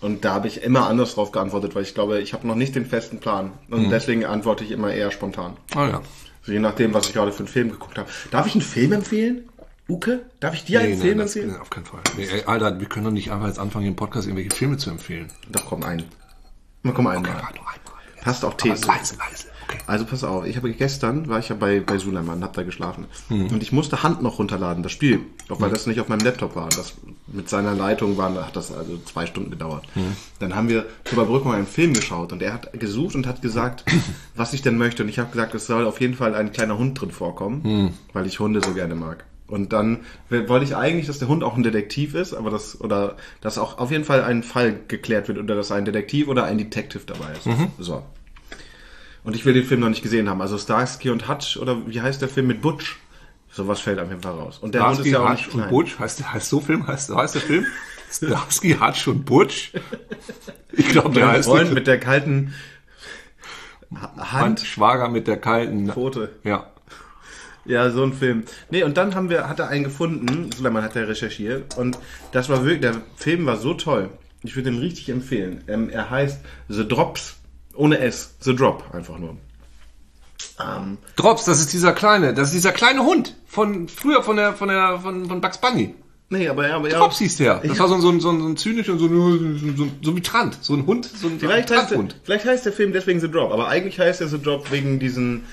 Speaker 3: und da habe ich immer anders drauf geantwortet, weil ich glaube, ich habe noch nicht den festen Plan. Und deswegen antworte ich immer eher spontan.
Speaker 2: Ah ja.
Speaker 3: So, je nachdem, was ich gerade für einen Film geguckt habe. Darf ich einen Film empfehlen? Uke, darf ich dir einen Film
Speaker 2: nein, das,
Speaker 3: erzählen?
Speaker 2: auf keinen Fall. Nee, ey, Alter, wir können doch nicht einfach jetzt anfangen, im Podcast irgendwelche Filme zu empfehlen.
Speaker 3: Doch, komm, einen. Na, komm, einen.
Speaker 2: Ja, nur einmal.
Speaker 3: Passt auch Tee. zu.
Speaker 2: Leise, leise. Okay.
Speaker 3: Also pass auf, ich habe gestern, war ich ja bei, bei Suleiman, hab da geschlafen. Und ich musste Hand noch runterladen, das Spiel. Doch weil das nicht auf meinem Laptop war. Und Das, mit seiner Leitung waren, hat das also zwei Stunden gedauert. Dann haben wir zur Überbrückung einen Film geschaut und er hat gesucht und hat gesagt, was ich denn möchte. Und ich habe gesagt, es soll auf jeden Fall ein kleiner Hund drin vorkommen, weil ich Hunde so gerne mag. Und dann w- wollte ich eigentlich, dass der Hund auch ein Detektiv ist, aber das, oder dass auch auf jeden Fall ein Fall geklärt wird oder dass ein Detektiv oder ein Detective dabei ist. So. Und ich will den Film noch nicht gesehen haben. Also Starsky und Hutch oder wie heißt der Film mit Butch? Sowas fällt auf jeden Fall raus. Und der Hund
Speaker 2: Starsky,
Speaker 3: ist ja auch
Speaker 2: Hutch
Speaker 3: nicht
Speaker 2: und
Speaker 3: klein.
Speaker 2: Butch. Heißt, der- heißt so Film? Heißt, heißt der Film? Starsky, Hutch und Butch? Ich glaube, der
Speaker 3: Mein
Speaker 2: heißt
Speaker 3: Freund mit der kalten Ha-
Speaker 2: Hand
Speaker 3: Hand.
Speaker 2: Schwager mit der kalten
Speaker 3: Pfote.
Speaker 2: Ja.
Speaker 3: Ja, so ein Film. Nee, und dann haben wir, hat er einen gefunden. Suleiman hat er recherchiert. Und das war wirklich, der Film war so toll. Ich würde ihn richtig empfehlen. Ähm, er heißt The Drops. Ohne S. The Drop. Einfach nur. Ähm,
Speaker 2: Drops, das ist dieser kleine, das ist dieser kleine Hund von früher von der von der von, von Bugs Bunny.
Speaker 3: nee, aber ja, aber ja.
Speaker 2: Drops hieß der. Das
Speaker 3: Ja.
Speaker 2: war so ein, so ein, so ein, so ein zynisch und so ein, so, ein- so ein Mitrant. So ein Hund, so ein
Speaker 3: Vielleicht heißt, der,
Speaker 2: Tranthund.
Speaker 3: vielleicht heißt der Film deswegen The Drop, aber eigentlich heißt er The Drop wegen diesen,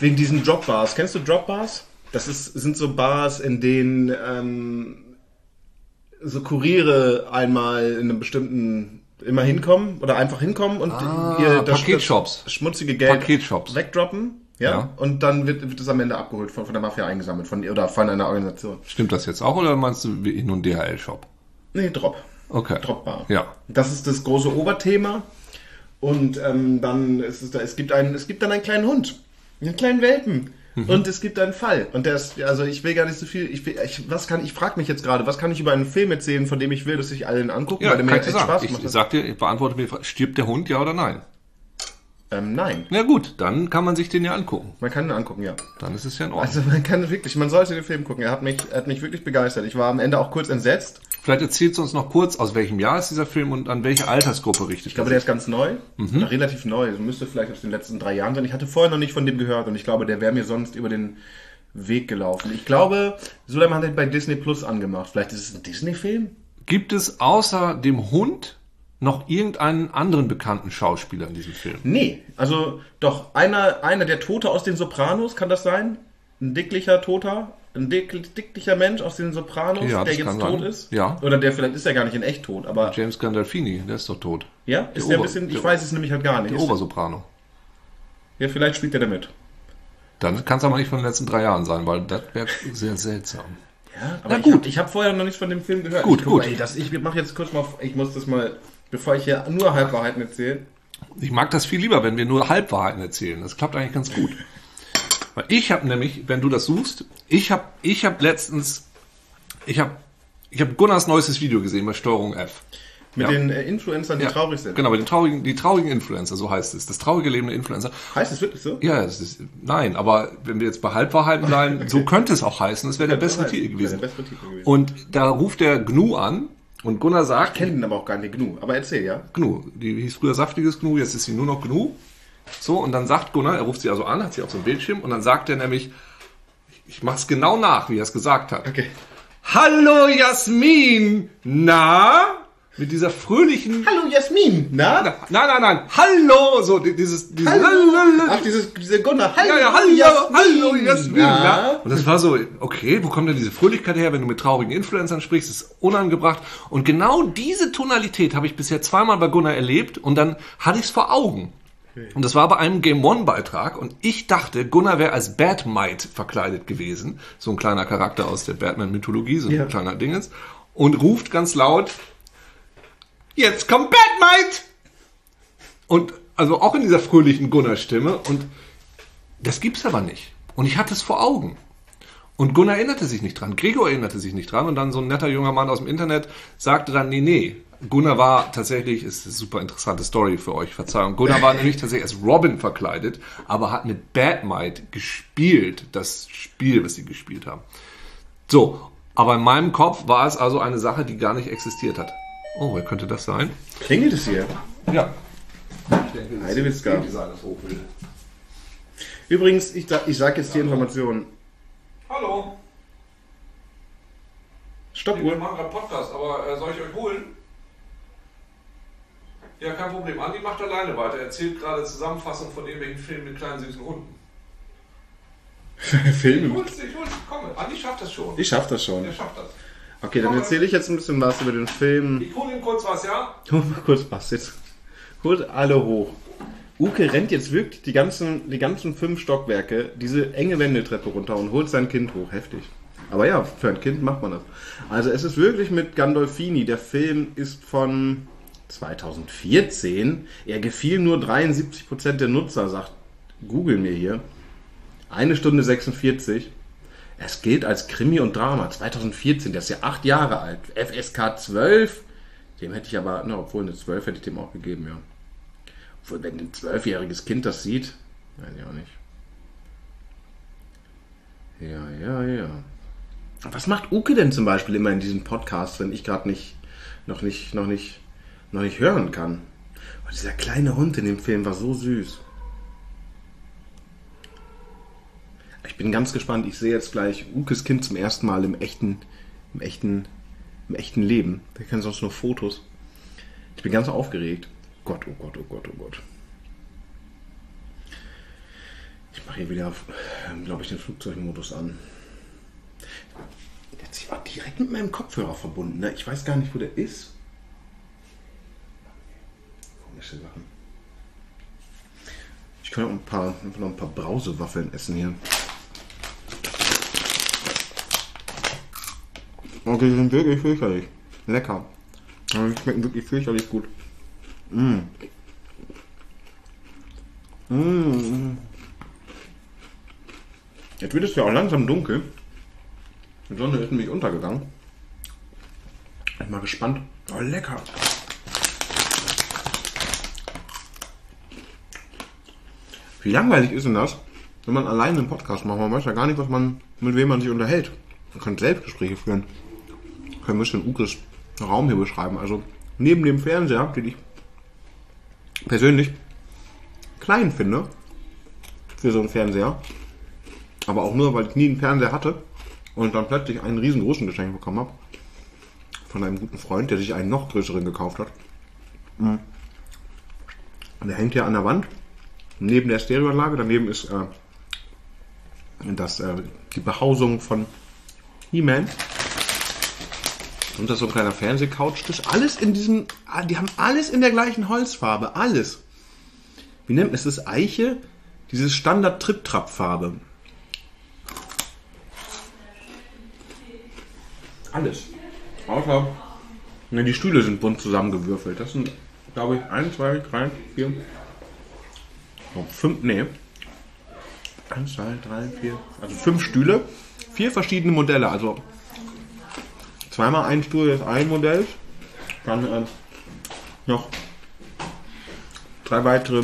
Speaker 3: wegen diesen Drop Bars. Kennst du Drop Bars? Das ist, sind so Bars, in denen ähm, so Kuriere einmal in einem bestimmten immer hinkommen oder einfach hinkommen und ihr das
Speaker 2: Ah, Paketshops.
Speaker 3: das schmutzige Geld
Speaker 2: Paketshops.
Speaker 3: wegdroppen. Ja,
Speaker 2: Ja.
Speaker 3: und dann wird, wird es am Ende abgeholt, von, von der Mafia eingesammelt von, oder von einer Organisation.
Speaker 2: Stimmt das jetzt auch oder meinst du wie in einem DHL-Shop?
Speaker 3: Nee, Drop.
Speaker 2: Okay.
Speaker 3: Dropbar.
Speaker 2: Ja.
Speaker 3: Das ist das große Oberthema. Und ähm, dann ist es da, es gibt einen, es gibt dann einen kleinen Hund, einen kleinen Welpen.
Speaker 2: Mhm.
Speaker 3: Und es gibt einen Fall. Und der ist, also ich will gar nicht so viel. Ich, will, ich was kann, ich frage mich jetzt gerade, was kann ich über einen Film erzählen, von dem ich will, dass sich alle ihn angucken,
Speaker 2: Ja,
Speaker 3: weil der mir
Speaker 2: kann ich dir
Speaker 3: echt Spaß
Speaker 2: sagen. Ich,
Speaker 3: gemacht
Speaker 2: ich
Speaker 3: hat?
Speaker 2: sag dir, ich beantworte mir, die Frage, stirbt der Hund, ja oder nein?
Speaker 3: Ähm, nein,
Speaker 2: Na gut, dann kann man sich den ja angucken.
Speaker 3: man kann ihn angucken, ja.
Speaker 2: Dann ist es ja in Ordnung.
Speaker 3: Also man kann wirklich, man sollte den Film gucken. Er hat mich, er hat mich wirklich begeistert. Ich war am Ende auch kurz entsetzt.
Speaker 2: Vielleicht erzählst du uns noch kurz, aus welchem Jahr ist dieser Film und an welche Altersgruppe richtet
Speaker 3: Ich glaube, der ist ganz neu,
Speaker 2: Mhm.
Speaker 3: Na, relativ neu, also müsste vielleicht aus den letzten drei Jahren sein. Ich hatte vorher noch nicht von dem gehört und ich glaube, der wäre mir sonst über den Weg gelaufen. Ich glaube, Suleiman hat den bei Disney Plus angemacht. Vielleicht ist es ein Disney-Film?
Speaker 2: Gibt es außer dem Hund noch irgendeinen anderen bekannten Schauspieler in diesem Film?
Speaker 3: Nee, also doch, einer, einer der Tote aus den Sopranos, kann das sein? Ein dicklicher Toter? Ein dick, dicklicher Mensch aus den Sopranos,
Speaker 2: Ja,
Speaker 3: der
Speaker 2: das kann
Speaker 3: jetzt tot
Speaker 2: sein.
Speaker 3: ist?
Speaker 2: Ja.
Speaker 3: Oder der vielleicht ist ja gar nicht in echt tot, aber
Speaker 2: James Gandolfini, der ist doch tot.
Speaker 3: ja, ist der,
Speaker 2: Ober-
Speaker 3: ein bisschen, ich
Speaker 2: der-
Speaker 3: weiß es nämlich halt gar nicht.
Speaker 2: Der
Speaker 3: Ist-
Speaker 2: Obersoprano.
Speaker 3: Ja, vielleicht spielt er damit.
Speaker 2: Dann kann es aber nicht von den letzten drei Jahren sein, weil das wäre sehr seltsam. Na
Speaker 3: Ja, aber
Speaker 2: gut.
Speaker 3: gut. ich habe hab vorher noch nichts von dem Film gehört.
Speaker 2: Gut,
Speaker 3: ich guck mal,
Speaker 2: gut.
Speaker 3: Ey, das, ich mache jetzt kurz mal, ich muss das mal, bevor ich hier nur Halbwahrheiten erzähle.
Speaker 2: Ich mag das viel lieber, wenn wir nur Halbwahrheiten erzählen. Das klappt eigentlich ganz gut. Weil ich habe nämlich, wenn du das suchst, ich habe ich hab letztens, ich habe ich hab Gunnars neuestes Video gesehen bei Steuerung F.
Speaker 3: Mit
Speaker 2: Ja.
Speaker 3: den äh, Influencern, die
Speaker 2: Ja,
Speaker 3: traurig sind.
Speaker 2: Genau, mit den traurigen, die traurigen Influencer, so heißt es. Das traurige Leben der Influencer.
Speaker 3: Heißt es wirklich so?
Speaker 2: Ja, es ist, nein, aber wenn wir jetzt bei Halbwahrheiten bleiben, so könnte es auch heißen, es wäre der beste
Speaker 3: heißen,
Speaker 2: Titel
Speaker 3: wäre der
Speaker 2: gewesen.
Speaker 3: beste Titel gewesen.
Speaker 2: Und da ruft der Gnu an und Gunnar sagt,
Speaker 3: Kennen den aber auch gar nicht genug. Aber erzähl, ja.
Speaker 2: Gnu. Die hieß früher saftiges Gnu, jetzt ist sie nur noch Gnu. So, und dann sagt Gunnar, er ruft sie also an, hat sie auf so einem Bildschirm und dann sagt er nämlich, ich mach's genau nach, wie er es gesagt hat.
Speaker 3: Okay.
Speaker 2: Hallo Jasmin! Na? Mit dieser fröhlichen.
Speaker 3: Hallo Jasmin, na?
Speaker 2: Nein, nein, nein. Hallo! So, di- dieses, dieses
Speaker 3: Ach, dieses, diese Gunnar. Hallo,
Speaker 2: ja, ja, hallo,
Speaker 3: Jasmin.
Speaker 2: hallo, Jasmin.
Speaker 3: Na?
Speaker 2: Ja. Und das war so, okay, wo kommt denn diese Fröhlichkeit her, wenn du mit traurigen Influencern sprichst? Das ist unangebracht. Und genau diese Tonalität habe ich bisher zweimal bei Gunnar erlebt und dann hatte ich es vor Augen. Und das war bei einem Game One Beitrag und ich dachte, Gunnar wäre als Batmite verkleidet gewesen. So ein kleiner Charakter aus der Batman-Mythologie, so ein
Speaker 3: Ja.
Speaker 2: kleiner Dingens. Und ruft ganz laut, jetzt kommt Batmite! Und also auch in dieser fröhlichen Gunnar-Stimme. Und das gibt's aber nicht. Und ich hatte es vor Augen. Und Gunnar erinnerte sich nicht dran. Gregor erinnerte sich nicht dran. Und dann so ein netter junger Mann aus dem Internet sagte dann, nee, nee. Gunnar war tatsächlich, ist eine super interessante Story für euch, Verzeihung. Gunnar war nämlich tatsächlich als Robin verkleidet, aber hat mit Batmite gespielt, das Spiel, was sie gespielt haben. So, aber in meinem Kopf war es also eine Sache, die gar nicht existiert hat. Oh, wer könnte das sein?
Speaker 3: Klingelt es hier?
Speaker 2: Ja.
Speaker 3: Heidewitzka. Übrigens, ich, da- ich sag jetzt die Information.
Speaker 2: Hallo. Wir
Speaker 3: Stoppuhr.
Speaker 2: machen gerade Podcast, aber äh, soll ich euch holen? Ja, kein Problem. Andi macht alleine weiter. Er erzählt gerade Zusammenfassung von irgendwelchen Filmen mit kleinen süßen Hunden. Ich
Speaker 3: Filme.
Speaker 2: hol's dich, ich hol's dich. Komm, Andi schafft das schon.
Speaker 3: Ich schaff das schon.
Speaker 2: Er schafft das.
Speaker 3: Okay, dann erzähle ich jetzt ein bisschen was über den Film.
Speaker 2: Ich hole ihm kurz was, ja?
Speaker 3: Hol mal kurz was jetzt. Holt alle hoch. Uke rennt jetzt wirklich die ganzen, die ganzen fünf Stockwerke, diese enge Wendeltreppe runter und holt sein Kind hoch. Heftig. Aber ja, für ein Kind macht man das. Also es ist wirklich mit Gandolfini. Der Film ist von 2014. Er gefiel nur 73% der Nutzer, sagt Google mir hier. Eine Stunde 46. Es gilt als Krimi und Drama. 2014, der ist ja acht Jahre alt. FSK 12. Dem hätte ich aber, na, obwohl eine 12 hätte ich dem auch gegeben, ja. Obwohl, wenn ein zwölfjähriges Kind das sieht, weiß ich auch nicht. Ja, ja, ja. Was macht Uke denn zum Beispiel immer in diesem Podcast, wenn ich gerade nicht, noch nicht, noch nicht, noch nicht hören kann? Oh, dieser kleine Hund in dem Film war so süß. Ich bin ganz gespannt. Ich sehe jetzt gleich Ukes Kind zum ersten Mal im echten, im echten im echten Leben. Wir kennen sonst nur Fotos. Ich bin ganz aufgeregt. Gott, oh Gott, oh Gott, oh Gott. Ich mache hier wieder, glaube ich, den Flugzeugmodus an. Jetzt ich war direkt mit meinem Kopfhörer verbunden. Ne? Ich weiß gar nicht, wo der ist. Komische Sachen. Ich kann noch ein paar, einfach noch ein paar Brausewaffeln essen hier. Und Oh, die sind wirklich fürchterlich. Lecker. Aber Die schmecken wirklich fürchterlich gut. Mm. Mm. Jetzt wird es ja auch langsam dunkel. Die Sonne ist nämlich untergegangen. Ich bin mal gespannt. Oh, lecker. Wie langweilig ist denn das, wenn man alleine einen Podcast macht? Man weiß ja gar nicht, was man, mit wem man sich unterhält. Man kann Selbstgespräche führen können wir schon Ukes Raum hier beschreiben. Also neben dem Fernseher, den ich persönlich klein finde, für so einen Fernseher, aber auch nur, weil ich nie einen Fernseher hatte und dann plötzlich einen riesengroßen Geschenk bekommen habe von einem guten Freund, der sich einen noch größeren gekauft hat. Mm. Und der hängt ja an der Wand, neben der Stereoanlage, daneben ist äh, das, äh, die Behausung von He-Man. Und das ist so ein kleiner Fernsehcouchtisch. Alles in diesem, ah, die haben alles in der gleichen Holzfarbe. Alles. Wie nennt man es? Das Eiche? Dieses Standard Trip-Trap-Farbe. Alles. Außer, ne, die Stühle sind bunt zusammengewürfelt. Das sind, glaube ich, 1, 2, 3, 4, 5, oh, nee. 1, 2, 3, 4, also 5 Stühle. Vier verschiedene Modelle, also zweimal ein Stuhl des einen Modells, dann ähm, noch drei weitere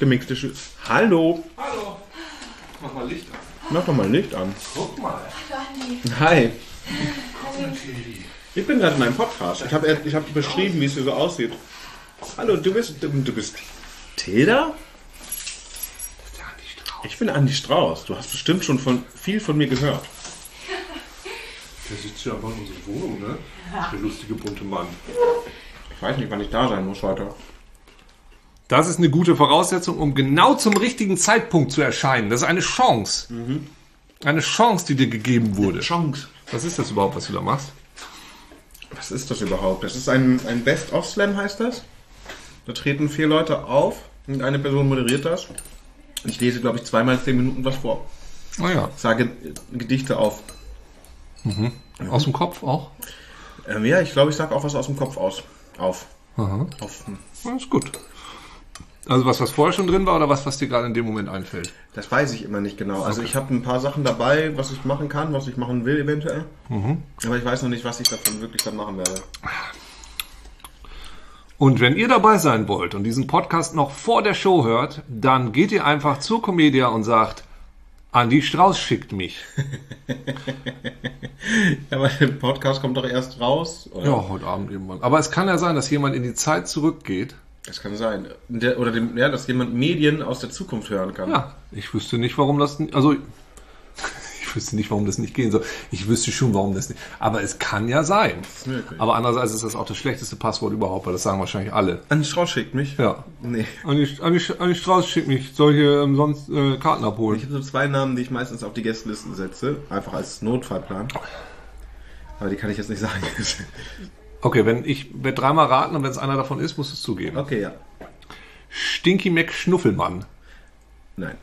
Speaker 3: gemixte Stühle. Hallo,
Speaker 2: Hallo. Mach mal Licht an.
Speaker 3: mach doch mal Licht an.
Speaker 2: Guck mal.
Speaker 3: Hi. Ich bin gerade in einem Podcast. Ich habe ich hab beschrieben, wie es hier so aussieht. Hallo, du bist du, du bist Tilda?
Speaker 2: Ist ja nicht drauf.
Speaker 3: Ich bin Andi Strauß. Du hast bestimmt schon von viel von mir gehört.
Speaker 2: Der sitzt ja einfach in unserer Wohnung, ne? Der lustige bunte Mann.
Speaker 3: Ich weiß nicht, wann ich da sein muss heute.
Speaker 2: Das ist eine gute Voraussetzung, um genau zum richtigen Zeitpunkt zu erscheinen. Das ist eine Chance. Eine Chance, die dir gegeben wurde.
Speaker 3: Chance.
Speaker 2: Was ist das überhaupt, was du da machst?
Speaker 3: Was ist das überhaupt? Das ist ein, ein Best-of-Slam, heißt das. Da treten vier Leute auf und eine Person moderiert das. Ich lese, glaube ich, zweimal zehn Minuten was vor.
Speaker 2: Naja,
Speaker 3: Sage äh, Gedichte auf.
Speaker 2: aus dem Kopf auch.
Speaker 3: Ähm, ja, ich glaube, ich sage auch was aus dem Kopf aus. Auf. auf.
Speaker 2: Ja, ist gut. Also was, was vorher schon drin war oder was, was dir gerade in dem Moment einfällt?
Speaker 3: Das weiß ich immer nicht genau. Also ich habe ein paar Sachen dabei, was ich machen kann, was ich machen will eventuell. Aber ich weiß noch nicht, was ich davon wirklich dann machen werde.
Speaker 2: Und wenn ihr dabei sein wollt und diesen Podcast noch vor der Show hört, dann geht ihr einfach zur Comedia und sagt, Andi Strauß schickt mich.
Speaker 3: Ja, aber der Podcast kommt doch erst raus. Oder?
Speaker 2: Ja, heute Abend irgendwann. Aber es kann ja sein, dass jemand in die Zeit zurückgeht.
Speaker 3: Das kann sein. Der, oder dem, ja, dass jemand Medien aus der Zukunft hören kann.
Speaker 2: Ja, ich wüsste nicht, warum das... n- Also, ich Ich wüsste nicht, warum das nicht gehen soll. Ich wüsste schon, warum das nicht. Aber es kann ja sein.
Speaker 3: möglich.
Speaker 2: Aber andererseits ist das auch das schlechteste Passwort überhaupt, weil das sagen wahrscheinlich alle.
Speaker 3: An Strauß schickt mich?
Speaker 2: Ja.
Speaker 3: Nee.
Speaker 2: Anni, Anni, Anni Strauß schickt mich solche ähm, sonst äh, Karten
Speaker 3: Ich
Speaker 2: abholen.
Speaker 3: habe so zwei Namen, die ich meistens auf die Gästelisten setze, einfach als Notfallplan. Aber die kann ich jetzt nicht sagen.
Speaker 2: Okay, wenn ich werde dreimal raten und wenn es einer davon ist, muss es zugeben.
Speaker 3: okay, ja.
Speaker 2: Stinky Mac Schnuffelmann.
Speaker 3: Nein.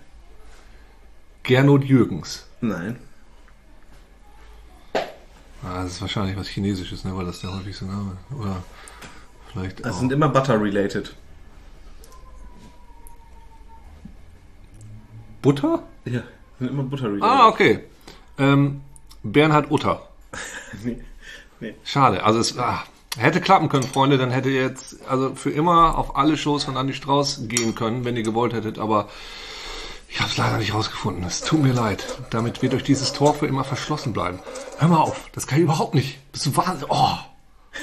Speaker 2: Gernot Jürgens.
Speaker 3: Nein.
Speaker 2: Ah, das ist wahrscheinlich was Chinesisches, ne? weil das der häufigste Name. Oder vielleicht.
Speaker 3: Das
Speaker 2: auch-
Speaker 3: sind immer Butter-related.
Speaker 2: Butter?
Speaker 3: Ja. Sind immer Butter-related.
Speaker 2: Ah, okay. Ähm, Bernhard Utter.
Speaker 3: Nee. Nee.
Speaker 2: Schade. Also es ah, hätte klappen können, Freunde. Dann hätte ihr jetzt also für immer auf alle Shows von Andy Strauß gehen können, wenn ihr gewollt hättet. Aber ich habe es leider nicht rausgefunden. Es tut mir leid. Damit wird euch dieses Tor für immer verschlossen bleiben. Hör mal auf. Das kann ich überhaupt nicht. Bist du wahnsinnig? Oh,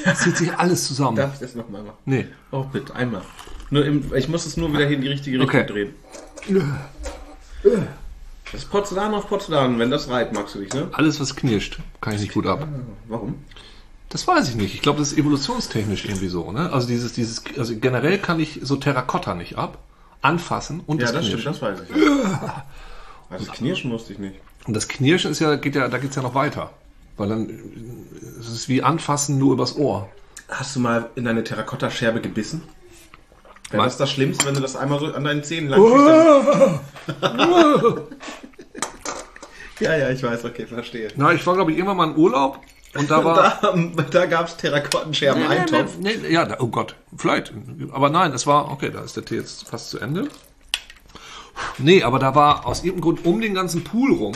Speaker 2: das zieht sich alles zusammen.
Speaker 3: Darf ich das nochmal machen?
Speaker 2: nee.
Speaker 3: Oh, bitte, einmal. Nur im, ich muss es nur wieder hier in die richtige Richtung
Speaker 2: Okay.
Speaker 3: drehen. Das ist Porzellan auf Porzellan, wenn das reibt, magst du dich, ne?
Speaker 2: Alles, was knirscht, kann ich nicht gut ab.
Speaker 3: Warum?
Speaker 2: Das weiß ich nicht. Ich glaube, das ist evolutionstechnisch irgendwie so. Ne? Also dieses, dieses, also generell kann ich so Terrakotta nicht ab, anfassen und
Speaker 3: Ja,
Speaker 2: das,
Speaker 3: das stimmt,
Speaker 2: Knirschen.
Speaker 3: das weiß ich. Also knirschen musste ich nicht.
Speaker 2: Und das Knirschen ist ja, geht ja, da geht's ja noch weiter, weil dann äh, es ist wie anfassen nur übers Ohr.
Speaker 3: Hast du mal in deine Terrakottascherbe gebissen? Wäre
Speaker 2: Mal-
Speaker 3: das das Schlimmste, wenn du das einmal so an deinen Zähnen lang kriegst,
Speaker 2: Oh!
Speaker 3: dann- Ja, ja, ich weiß, okay, verstehe.
Speaker 2: Na, ich war glaube ich irgendwann mal in Urlaub und da war
Speaker 3: Da, da gab es Terrakottenscherben-Eintopf.
Speaker 2: Nee, nee, ja, da, oh Gott, vielleicht. Aber nein, es war, okay, da ist der Tee jetzt fast zu Ende. Nee, aber da war aus irgendeinem Grund um den ganzen Pool rum,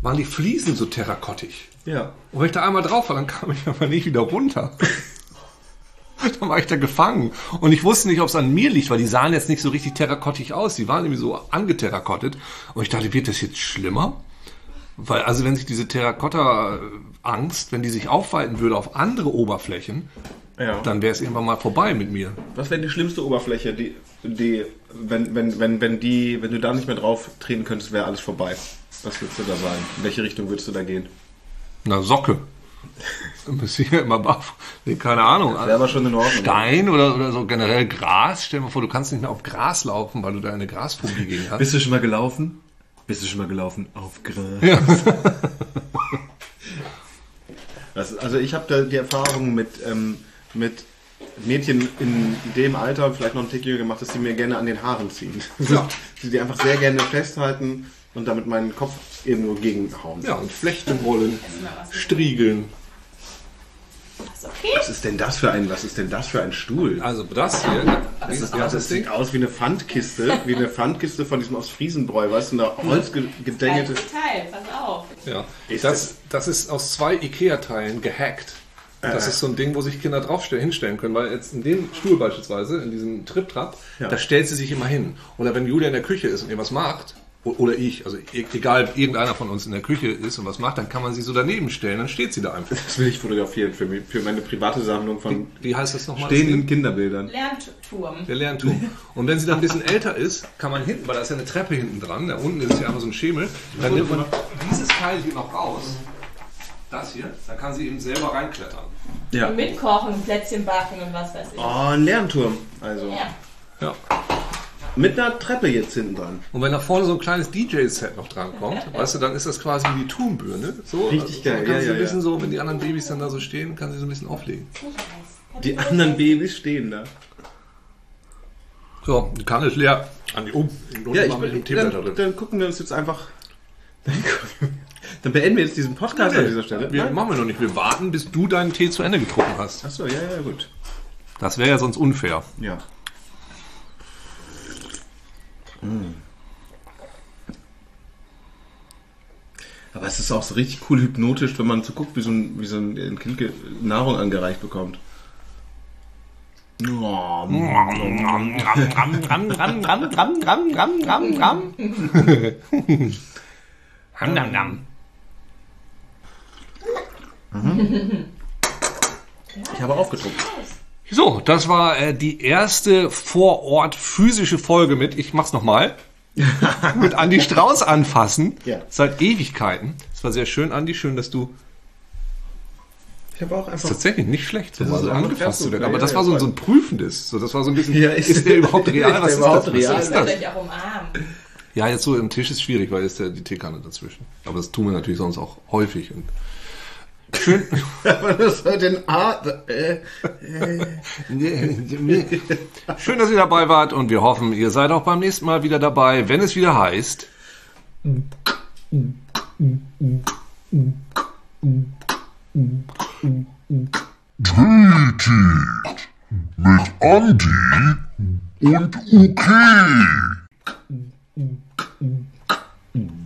Speaker 2: waren die Fliesen so terrakottig.
Speaker 3: Ja.
Speaker 2: Und wenn ich da einmal drauf war, dann kam ich aber nicht wieder runter. dann war ich da gefangen. Und ich wusste nicht, ob es an mir liegt, weil die sahen jetzt nicht so richtig terrakottig aus. Die waren irgendwie so angeterrakottet. Und ich dachte, wird das jetzt schlimmer? Weil, also wenn sich diese Terrakotta-Angst, wenn die sich aufweiten würde auf andere Oberflächen,
Speaker 3: ja.
Speaker 2: dann wäre es irgendwann mal vorbei mit mir.
Speaker 3: Was wäre die schlimmste Oberfläche, die, die wenn, wenn, wenn, wenn die, wenn du da nicht mehr drauf treten könntest, wäre alles vorbei. Was würdest du da sagen? In welche Richtung würdest du da gehen?
Speaker 2: Na, Socke. Dann bist du ja immer baff. Nee, keine Ahnung.
Speaker 3: Wäre aber schon in Ordnung.
Speaker 2: Stein oder, oder so generell Gras. Stell dir mal vor, du kannst nicht mehr auf Gras laufen, weil du da eine Grasphobie gegen hast.
Speaker 3: Bist du schon mal gelaufen? Bist du schon mal gelaufen? Auf Gras. das, also ich habe da die Erfahrung mit, ähm, mit Mädchen in dem Alter, vielleicht noch ein Tick jünger gemacht, dass die mir gerne an den Haaren ziehen.
Speaker 2: Ja.
Speaker 3: die die einfach sehr gerne festhalten und damit meinen Kopf irgendwo gegenhauen.
Speaker 2: Ja, und flechten wollen, striegeln.
Speaker 4: Ist okay?
Speaker 3: Was ist denn das für ein, was ist denn das für ein Stuhl?
Speaker 2: Also das hier, das ist
Speaker 3: Ja, das sieht aus wie eine Pfandkiste, wie eine Pfandkiste von diesem aus Friesenbräu, weißt du,
Speaker 2: Mhm.
Speaker 3: eine holzgedengelte.
Speaker 4: Kleines Teil, pass auf.
Speaker 2: Ja.
Speaker 3: Ist
Speaker 2: Das, das ist aus zwei Ikea-Teilen gehackt. Und Das ist so ein Ding, wo sich Kinder draufstellen, hinstellen können, weil jetzt in dem Stuhl beispielsweise, in diesem Trip-Trap,
Speaker 3: Ja.
Speaker 2: da stellt sie sich immer hin. Oder wenn Julia in der Küche ist und irgendwas macht, o- oder ich, also e- egal, irgendeiner von uns in der Küche ist und was macht, dann kann man sie so daneben stellen, dann steht sie da einfach.
Speaker 3: Das will ich fotografieren für, mich, für meine private Sammlung von
Speaker 2: Wie heißt das nochmal?
Speaker 3: stehenden Kinderbildern.
Speaker 4: Lernturm.
Speaker 2: Der Lernturm. Und wenn sie dann ein bisschen älter ist, kann man hinten, weil da ist ja eine Treppe hinten dran, da unten ist ja einfach so ein Schemel, dann nimmt man dieses Teil hier noch raus, das hier, dann kann sie eben selber reinklettern.
Speaker 3: Ja.
Speaker 4: Mitkochen, Plätzchen backen und was weiß ich.
Speaker 3: Oh, ein Lernturm. Also.
Speaker 4: Ja.
Speaker 2: Ja.
Speaker 3: Mit einer Treppe jetzt hinten dran.
Speaker 2: Und wenn da vorne so ein kleines DJ-Set noch dran kommt, weißt du, dann ist das quasi wie die Turmbühne. So,
Speaker 3: Richtig
Speaker 2: dann
Speaker 3: geil,
Speaker 2: Kann
Speaker 3: ja,
Speaker 2: sie
Speaker 3: ja,
Speaker 2: ein
Speaker 3: ja.
Speaker 2: bisschen so, wenn die anderen Babys dann da so stehen, kann sie so ein bisschen auflegen.
Speaker 3: Die anderen Babys stehen da.
Speaker 2: So, die Kanne ist leer. An die um.
Speaker 3: Ja, ich
Speaker 2: mit dem
Speaker 3: will,
Speaker 2: Teeblätter
Speaker 3: dann,
Speaker 2: drin.
Speaker 3: dann gucken wir uns jetzt einfach. Dann, gucken- dann beenden wir jetzt diesen Podcast an dieser Stelle.
Speaker 2: Wir,
Speaker 3: Nein?
Speaker 2: machen wir noch nicht. Wir warten, bis du deinen Tee zu Ende getrunken hast.
Speaker 3: Achso, ja, ja, gut.
Speaker 2: Das wäre ja sonst unfair.
Speaker 3: Ja. Hm. Aber es ist auch so richtig cool hypnotisch, wenn man so guckt, wie so ein, wie so ein, ein Kind ge- Nahrung angereicht bekommt. Oh, ich habe aufgedruckt.
Speaker 2: So, das war äh, die erste vor Ort physische Folge mit Ich mach's nochmal. mit Andi Strauß anfassen.
Speaker 3: Ja.
Speaker 2: Seit Ewigkeiten. Es war sehr schön, Andi. Schön, dass du
Speaker 3: Ich habe auch einfach.
Speaker 2: tatsächlich nicht schlecht so
Speaker 3: Das
Speaker 2: mal
Speaker 3: ist
Speaker 2: so
Speaker 3: auch ganz
Speaker 2: angefasst zu
Speaker 3: gut,
Speaker 2: werden.
Speaker 3: ja,
Speaker 2: Aber das
Speaker 3: ja,
Speaker 2: war so ein,
Speaker 3: voll.
Speaker 2: so ein prüfendes. So, das war so ein bisschen,
Speaker 3: Ja,
Speaker 2: ist,
Speaker 3: ist-
Speaker 2: der überhaupt real?
Speaker 3: ist der
Speaker 2: Was ist,
Speaker 3: überhaupt
Speaker 2: das?
Speaker 3: real?
Speaker 2: Was
Speaker 4: Ich
Speaker 2: ist
Speaker 4: werde
Speaker 2: das?
Speaker 4: euch auch umarmen.
Speaker 2: Ja, jetzt so im Tisch ist schwierig, weil ist ja die Teekanne dazwischen. Aber das tun wir natürlich sonst auch häufig. Und schön.
Speaker 3: Aber das hört den A. Äh,
Speaker 2: Schön, dass ihr dabei wart und wir hoffen, ihr seid auch beim nächsten Mal wieder dabei, wenn es wieder heißt.
Speaker 1: Treated mit Andi und UK.